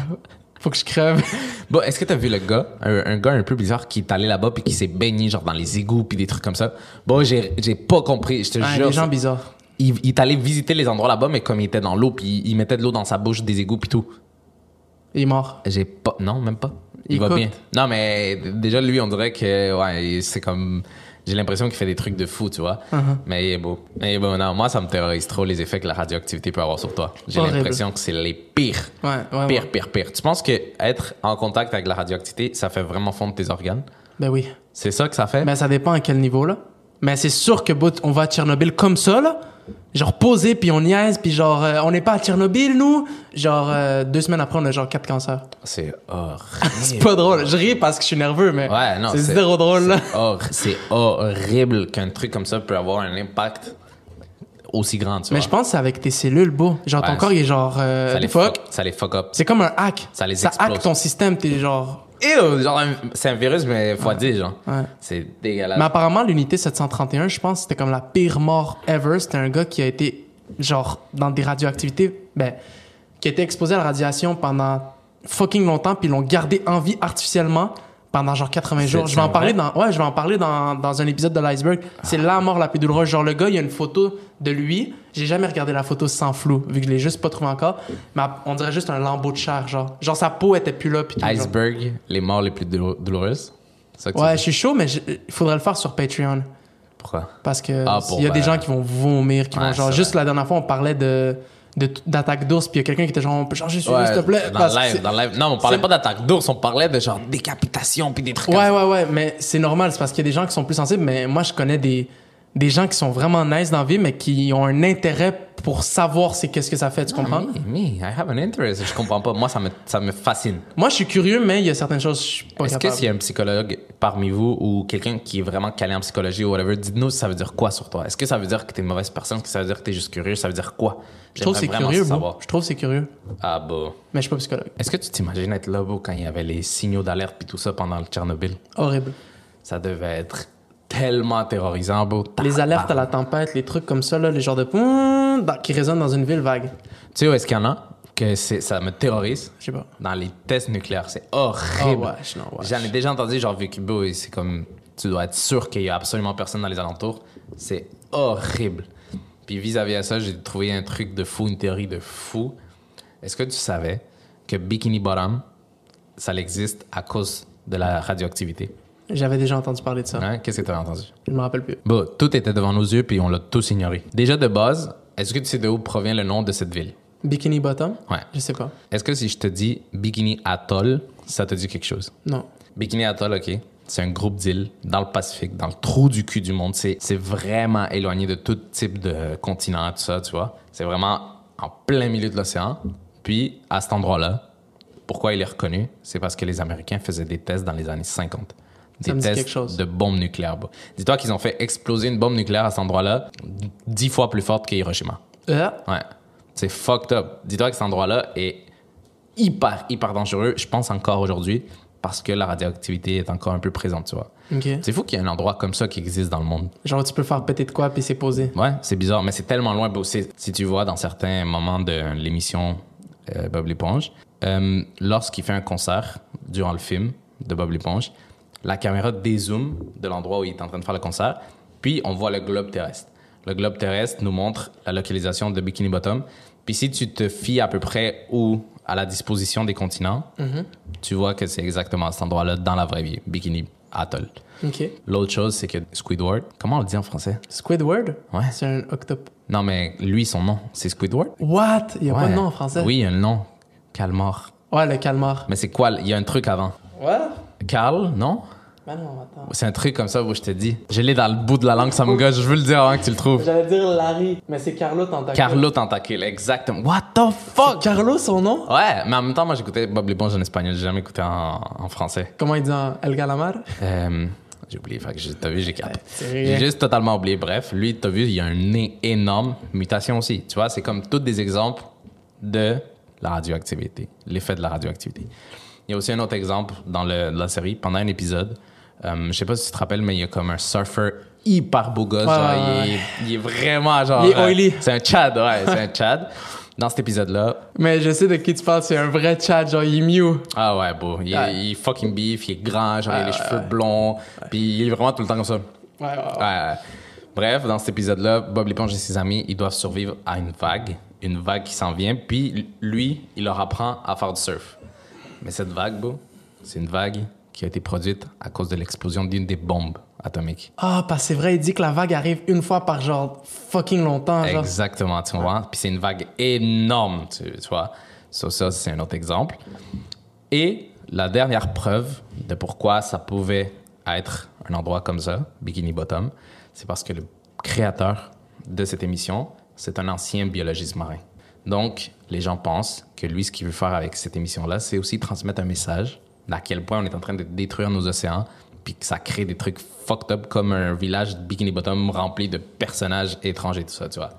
A: Faut que je crève.
B: Bon, est-ce que t'as vu le gars, un, un gars un peu bizarre qui est allé là-bas puis qui s'est baigné genre dans les égouts puis des trucs comme ça? Bon, j'ai j'ai pas compris, je te
A: Ouais,
B: jure.
A: les gens bizarres.
B: il, il est allé visiter les endroits là-bas, mais comme il était dans l'eau puis il, il mettait de l'eau dans sa bouche, des égouts puis tout.
A: Il est mort.
B: J'ai pas, non, même pas. Il,
A: Il
B: va
A: cooked.
B: bien. Non, mais déjà lui, on dirait que ouais, il- c'est comme. J'ai l'impression qu'il fait des trucs de fou, tu vois.
A: Uh-huh.
B: Mais il est beau. Il est beau. Non, moi, ça me terrorise trop les effets que la radioactivité peut avoir sur toi. J'ai
A: Horrible.
B: l'impression que c'est les pires.
A: Ouais, ouais,
B: pire,
A: Ah ouais.
B: pire, pire. Tu penses que être en contact avec la radioactivité, ça fait vraiment fondre tes organes?
A: Ben oui.
B: C'est ça que ça fait?
A: Mais ça dépend à quel niveau, là. Mais c'est sûr que, bout, on va à Tchernobyl comme ça, là. Genre posé, puis on niaise, puis genre, euh, on n'est pas à Tchernobyl, nous. Genre, euh, deux semaines après, on a genre quatre cancers.
B: C'est horrible.
A: C'est pas drôle. Je ris parce que je suis nerveux, mais
B: Ouais, non,
A: c'est zéro drôle, là.
B: c'est hor- C'est horrible qu'un truc comme ça peut avoir un impact aussi grand, tu
A: Mais
B: vois.
A: je pense que c'est avec tes cellules, beau. Genre, ton
B: Ouais,
A: corps, il est genre, euh,
B: ça les
A: fuck.
B: fuck. Ça les fuck up.
A: C'est comme un hack.
B: Ça les explose.
A: hack ton système, t'es genre.
B: Ew, genre, un- c'est un virus, mais fois 10, genre.
A: Ouais.
B: C'est dégueulasse.
A: Mais apparemment, l'unité 731, je pense, c'était comme la pire mort ever. C'était un gars qui a été, genre, dans des radioactivités, ben, qui a été exposé à la radiation pendant fucking longtemps, puis ils l'ont gardé en vie artificiellement pendant genre 80 jours.
B: C'est-
A: Je vais en
B: c'est
A: parler
B: vrai?
A: dans, ouais, je vais en parler dans, dans un épisode de l'iceberg. C'est la mort la plus douloureuse. Genre, le gars, il y a une photo de lui. J'ai jamais regardé la photo sans flou, vu que je l'ai juste pas trouvé encore. Mais on dirait juste un lambeau de chair, genre. Genre, sa peau était plus là, puis tout. genre.
B: Iceberg, les morts les plus doulou- douloureuses. C'est ça que tu
A: Ouais,
B: dis?
A: je suis chaud, mais je- il faudrait le faire sur Patreon.
B: Pourquoi?
A: Parce que
B: Ah,
A: il
B: pour,
A: y a des
B: euh,
A: gens qui vont vomir, qui
B: ouais,
A: vont genre.
B: c'est
A: Juste
B: vrai.
A: la dernière fois, on parlait de de- d'attaque d'ours, puis il y a quelqu'un qui était genre, on peut changer celui-là,
B: Ouais,
A: s'il te plaît.
B: Dans
A: parce
B: le
A: que
B: live,
A: c'est-
B: dans le live. Non, on parlait
A: c'est-
B: pas d'attaque d'ours, on parlait de genre décapitation puis des trucs comme
A: Ouais,
B: ça.
A: ouais, ouais, mais c'est normal, c'est parce qu'il y a des gens qui sont plus sensibles, mais moi, je connais des, des gens qui sont vraiment nice dans la vie, mais qui ont un intérêt pour savoir c'est qu'est-ce que ça fait, tu comprends?
B: Me, me, I have an interest. Je comprends pas. Moi, ça me, ça me fascine.
A: Moi, je suis curieux, mais il y a certaines choses, je suis pas
B: Est-ce que
A: capable.
B: s'il y a un psychologue parmi vous ou quelqu'un qui est vraiment calé en psychologie ou whatever, dites-nous ça veut dire quoi sur toi? Est-ce que ça veut dire que t'es une mauvaise personne? Est-ce que ça veut dire que t'es juste curieux? Ça veut dire quoi?
A: je trouve que c'est
B: J'aimerais vraiment
A: curieux, bro.
B: savoir.
A: Je trouve que c'est curieux,
B: Ah, bah.
A: mais je suis pas psychologue.
B: Est-ce que tu t'imagines être là, bro, quand il y avait les signaux d'alerte puis tout ça pendant le Tchernobyl?
A: Horrible.
B: Ça devait être tellement terrorisant, bro.
A: Les alertes à
B: Tabarnak.
A: la tempête, les trucs comme ça, là, les genres de pouin, dans- qui résonnent dans une ville vague.
B: Tu sais où est-ce qu'il y en a que c'est- ça me terrorise?
A: Je sais pas.
B: Dans les tests nucléaires, c'est
A: Oh,
B: horrible.
A: wesh, non, wesh.
B: J'en ai déjà entendu, genre, vu que bro, c'est comme, tu dois être sûr qu'il y a absolument personne dans les alentours. C'est horrible. Puis vis-à-vis à ça, j'ai trouvé un truc de fou, une théorie de fou. Est-ce que tu savais que Bikini Bottom, ça existe à cause de la radioactivité?
A: J'avais déjà entendu parler de ça.
B: Hein? Qu'est-ce que tu as entendu?
A: Je me rappelle plus.
B: Bon, tout était devant nos yeux, puis on l'a tous ignoré. Déjà de base, est-ce que tu sais de où provient le nom de cette ville?
A: Bikini Bottom?
B: Ouais.
A: Je sais pas.
B: Est-ce que si je te dis Bikini Atoll, ça te dit quelque chose?
A: Non.
B: Bikini Atoll, OK. C'est un groupe d'îles dans le Pacifique, dans le trou du cul du monde. C'est c'est vraiment éloigné de tout type de continent, tout ça, tu vois. C'est vraiment en plein milieu de l'océan. Puis, à cet endroit-là, pourquoi il est reconnu? C'est parce que les Américains faisaient des tests dans les années 50. Des
A: Ça me dit
B: tests
A: quelque chose.
B: de bombes nucléaires. bro. Dis-toi qu'ils ont fait exploser une bombe nucléaire à cet endroit-là dix fois plus forte que Hiroshima.
A: Ah,
B: Ouais. C'est fucked up. Dis-toi que cet endroit-là est hyper, hyper dangereux, je pense encore aujourd'hui, parce que la radioactivité est encore un peu présente, tu vois.
A: ok.
B: C'est fou qu'il y ait un endroit comme ça qui existe dans le monde.
A: Genre, tu peux faire péter de quoi puis c'est posé.
B: Ouais, c'est bizarre, mais c'est tellement loin. bro. C'est- Si tu vois dans certains moments de l'émission euh, Bob l'éponge, euh, lorsqu'il fait un concert durant le film de Bob l'éponge, la caméra dézoome de l'endroit où il est en train de faire le concert, puis on voit le globe terrestre. Le globe terrestre nous montre la localisation de Bikini Bottom. Puis si tu te fies à peu près où à la disposition des continents, tu vois que c'est exactement à cet endroit-là dans la vraie vie, Bikini Atoll.
A: Ok.
B: L'autre chose, c'est que Squidward, comment on le dit en français
A: Squidward?
B: Ouais.
A: C'est un octopus.
B: non, mais lui, son nom, c'est Squidward.
A: What? Il y a pas
B: Ouais.
A: de nom en français?
B: Oui, il y a un nom. Calmar.
A: Ouais, le calmar.
B: Mais c'est quoi Il y a un truc avant.
A: Ouais?
B: Carl, non
A: Ben non, attends.
B: C'est un truc comme ça où je te dis. Je l'ai dans le bout de la langue, ça me gosse. Je veux le dire avant que tu le trouves.
A: J'allais dire Larry, mais c'est Carlo Tentacule.
B: Carlo Tentacule, exactement. What the fuck
A: Carlo, son nom?
B: Ouais, mais en même temps, moi, j'écoutais Bob l'éponge en espagnol. J'ai jamais écouté en, en français.
A: Comment il dit en El Calamar?
B: Euh, j'ai oublié, fait que j'ai- t'as vu, j'ai capté.
A: c'est vrai.
B: J'ai juste totalement oublié. Bref, lui, t'as vu, il a un nez énorme, mutation aussi. Tu vois, c'est comme tous des exemples de la radioactivité, l'effet de la radioactivité. Il y a aussi un autre exemple dans le- la série, pendant un épisode, euh, je sais pas si tu te rappelles, mais il y a comme un surfer hyper beau gosse. genre,
A: ouais,
B: il, est, il est vraiment genre. euh,
A: Il est oily.
B: c'est un Chad, ouais, c'est un Chad. Dans cet épisode-là,
A: Mais je sais de qui tu parles, c'est un vrai chat, genre il est mieux.
B: ah ouais, beau. Il, est-
A: Ouais.
B: il est fucking beef, il est grand, genre, il a les cheveux blonds, puis il est vraiment tout le temps comme ça.
A: Ouais, ouais, ouais.
B: Ouais, ouais. Bref, dans cet épisode-là, Bob l'éponge et ses amis, ils doivent survivre à une vague, une vague qui s'en vient, puis lui, il leur apprend à faire du surf. Mais cette vague, beau, c'est une vague qui a été produite à cause de l'explosion d'une des bombes atomiques.
A: Ah, parce que c'est vrai, il dit que la vague arrive une fois par genre fucking longtemps. Ah, Genre.
B: Exactement, tu vois. Puis c'est une vague énorme, tu, tu vois. So, ça, c'est un autre exemple. Et la dernière preuve de pourquoi ça pouvait être un endroit comme ça, Bikini Bottom, c'est parce que le créateur de cette émission, c'est un ancien biologiste marin. Donc, les gens pensent que lui, ce qu'il veut faire avec cette émission-là, c'est aussi transmettre un message d'à quel point on est en train de détruire nos océans, puis que ça crée des trucs fucked up comme un village de Bikini Bottom rempli de personnages étrangers, tout ça, tu vois.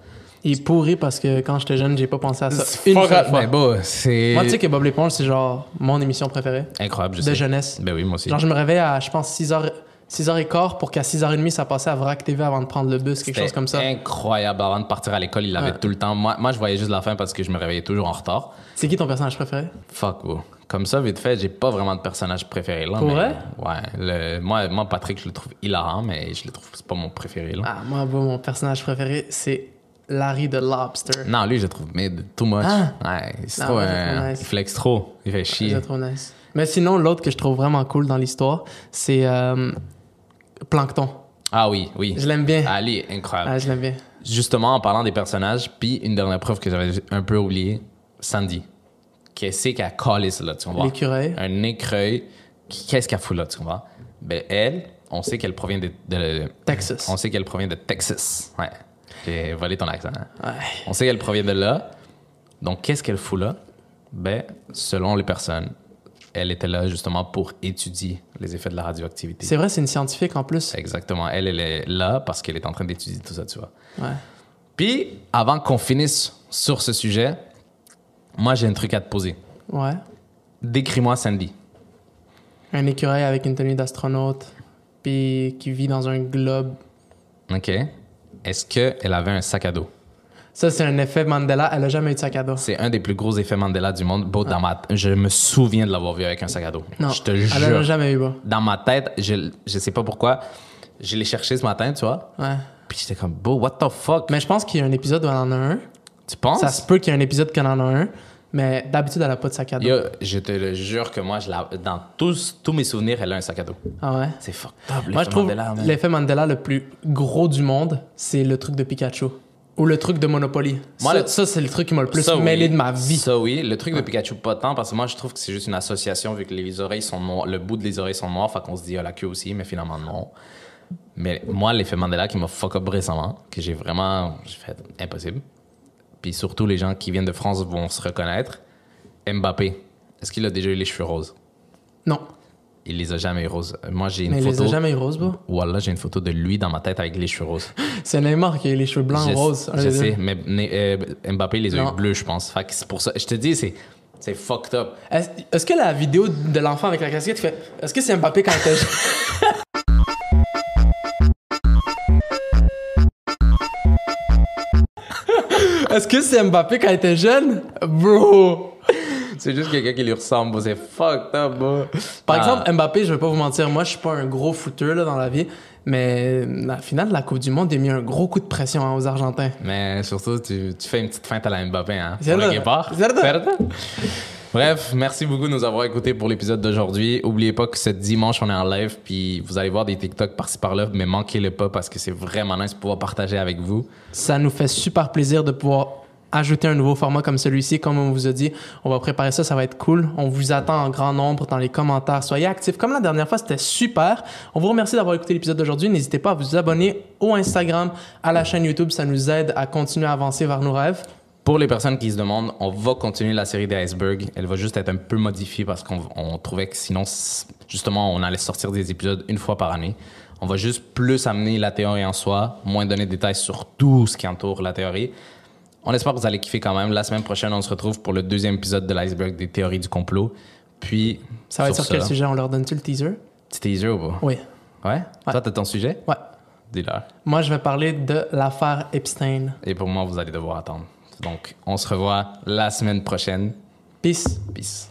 A: Il est pourri parce que quand j'étais jeune, j'ai pas pensé à ça. Une seule fois.
B: Ben, bon, c'est
A: Moi, tu sais que Bob l'éponge, c'est genre mon émission préférée.
B: incroyable, je
A: de
B: sais.
A: jeunesse.
B: Ben oui, moi aussi.
A: Genre, je me réveillais à, je pense, 6h, 6h15 pour qu'à 6h30, ça passait à Vrac TV avant de prendre le bus, quelque chose
B: C'était
A: comme ça.
B: Incroyable. Avant de partir à l'école, il l'avait
A: Ouais.
B: tout le temps. Moi, moi, je voyais juste la fin parce que je me réveillais toujours en retard.
A: C'est qui ton personnage préféré?
B: Fuck, bro. Comme ça, vite fait, j'ai pas vraiment de personnage préféré là.
A: Pour
B: mais-
A: vrai?
B: Ouais. Le- moi, moi, Patrick, je le trouve hilarant, mais je le trouve c'est pas mon préféré là.
A: Ah, moi, bon, mon personnage préféré, c'est Larry the Lobster.
B: Non, lui, je le trouve mid, too much.
A: Ah.
B: Ouais, il, se
A: Non,
B: trouve
A: moi, je le
B: un-
A: trouve nice.
B: il flex trop. Il fait chier.
A: C'est trop nice. Mais sinon, l'autre que je trouve vraiment cool dans l'histoire, c'est euh, Plankton.
B: Ah oui, oui.
A: Je l'aime bien.
B: Ah, lui, incroyable.
A: Ah, je l'aime bien.
B: Justement, en parlant des personnages, puis une dernière preuve que j'avais un peu oubliée, Sandy. Qu'est-ce qu'elle calisse là, tu vois?
A: L'écureuil.
B: Un écureuil. qui- Qu'est-ce qu'elle fout là, tu vois? Ben, elle, on sait qu'elle provient de, de-
A: Texas.
B: On sait qu'elle provient de Texas. Ouais. J'ai volé ton accent. hein?
A: Ouais.
B: On sait qu'elle provient de là. Donc, qu'est-ce qu'elle fout là? Ben, selon les personnes, elle était là justement pour étudier les effets de la radioactivité.
A: C'est vrai, c'est une scientifique en plus.
B: Exactement. Elle, elle est là parce qu'elle est en train d'étudier tout ça, tu vois.
A: Ouais.
B: Puis, avant qu'on finisse sur ce sujet, moi, j'ai un truc à te poser.
A: Ouais.
B: Décris-moi Sandy.
A: Un écureuil avec une tenue d'astronaute, puis qui vit dans un globe.
B: OK? Est-ce qu'elle avait un sac à dos?
A: Ça, c'est un effet Mandela. Elle a jamais eu de sac à dos.
B: C'est un des plus gros effets Mandela du monde. Beau, dans ma... Je me souviens de l'avoir vu avec un sac à dos.
A: Non.
B: Je te
A: elle
B: jure.
A: en a jamais eu, bah.
B: Dans ma tête, je, je sais pas pourquoi, je l'ai cherché ce matin, tu vois.
A: Ouais.
B: Puis j'étais comme, beau, what the fuck?
A: Mais je pense qu'il y a un épisode où elle en a un.
B: tu penses?
A: Ça se peut qu'il y ait un épisode qu'elle en a un, mais d'habitude, elle a pas de sac à dos.
B: Yo, je te le jure que moi, je la- dans tous, tous mes souvenirs, elle a un sac à dos.
A: Ah ouais?
B: C'est fucked up,
A: Moi, je
B: l'effet
A: trouve
B: Mandela, man.
A: l'effet Mandela le plus gros du monde, c'est le truc de Pikachu. Ou le truc de Monopoly.
B: Moi,
A: ça,
B: le-
A: ça, c'est le truc qui m'a le plus
B: Ça, oui.
A: mêlé de ma vie.
B: Ça, oui. Le truc de Pikachu, pas tant, parce que moi, je trouve que c'est juste une association, vu que les oreilles sont noires, le bout des oreilles sont noires, fait qu'on se dit, ah, la queue aussi, mais finalement, non. Mais moi, l'effet Mandela qui m'a fuck up récemment, que j'ai vraiment. J'ai fait impossible. Puis surtout, les gens qui viennent de France vont se reconnaître. Mbappé, est-ce qu'il a déjà eu les cheveux roses
A: Non,
B: Il les a jamais eu roses. Moi, j'ai une
A: mais il les
B: photo.
A: a jamais eu roses, bro.
B: Voilà, j'ai une photo de lui dans ma tête avec les cheveux roses.
A: C'est Neymar qui a eu les cheveux blancs
B: Je-
A: roses. un
B: Je
A: des deux.
B: sais, mais né- euh, Mbappé les a
A: Non.
B: eu bleus, je pense. Fait que c'est pour ça. Je te dis, c'est c'est fucked up.
A: Est-ce est-ce que la vidéo de l'enfant avec la casquette fait. Est-ce que c'est Mbappé quand il était jeune? (laughs) Est-ce que c'est Mbappé quand il était jeune? Bro!
B: C'est juste quelqu'un qui lui ressemble, bro. c'est fucked up, bro.
A: Par
B: Ah,
A: exemple, Mbappé, je vais pas vous mentir, moi je suis pas un gros footeur là, dans la vie, mais la finale de la Coupe du Monde a mis un gros coup de pression hein, aux Argentins.
B: Mais surtout, tu, tu fais une petite feinte à la Mbappé, hein.
A: Zerda.
B: Pour le guépard.
A: Zerda.
B: Zerda. Bref, merci beaucoup de nous avoir écoutés pour l'épisode d'aujourd'hui. Oubliez pas que ce dimanche, on est en live, puis vous allez voir des TikTok par-ci par-là, mais manquez-le pas parce que c'est vraiment nice de pouvoir partager avec vous.
A: Ça nous fait super plaisir de pouvoir ajouter un nouveau format comme celui-ci. Comme on vous a dit, on va préparer ça, ça va être cool. On vous attend en grand nombre dans les commentaires. Soyez actifs. Comme la dernière fois, c'était super. On vous remercie d'avoir écouté l'épisode d'aujourd'hui. N'hésitez pas à vous abonner au Instagram, à la chaîne YouTube. Ça nous aide à continuer à avancer vers nos rêves.
B: Pour les personnes qui se demandent, on va continuer la série des icebergs. Elle va juste être un peu modifiée parce qu'on on trouvait que sinon, c- justement, on allait sortir des épisodes une fois par année. On va juste plus amener la théorie en soi, moins donner de détails sur tout ce qui entoure la théorie. On espère que vous allez kiffer quand même. La semaine prochaine, on se retrouve pour le deuxième épisode de l'iceberg des théories du complot. Puis,
A: Ça va être sur quel
B: ce,
A: sujet? On leur donne-tu le teaser?
B: Petit teaser ou pas?
A: Oui.
B: Ouais? Toi, t'as ton sujet?
A: Ouais.
B: Dis-leur.
A: Moi, je vais parler de l'affaire Epstein.
B: Et pour moi, vous allez devoir attendre. Donc, on se revoit la semaine prochaine.
A: Peace.
B: Peace.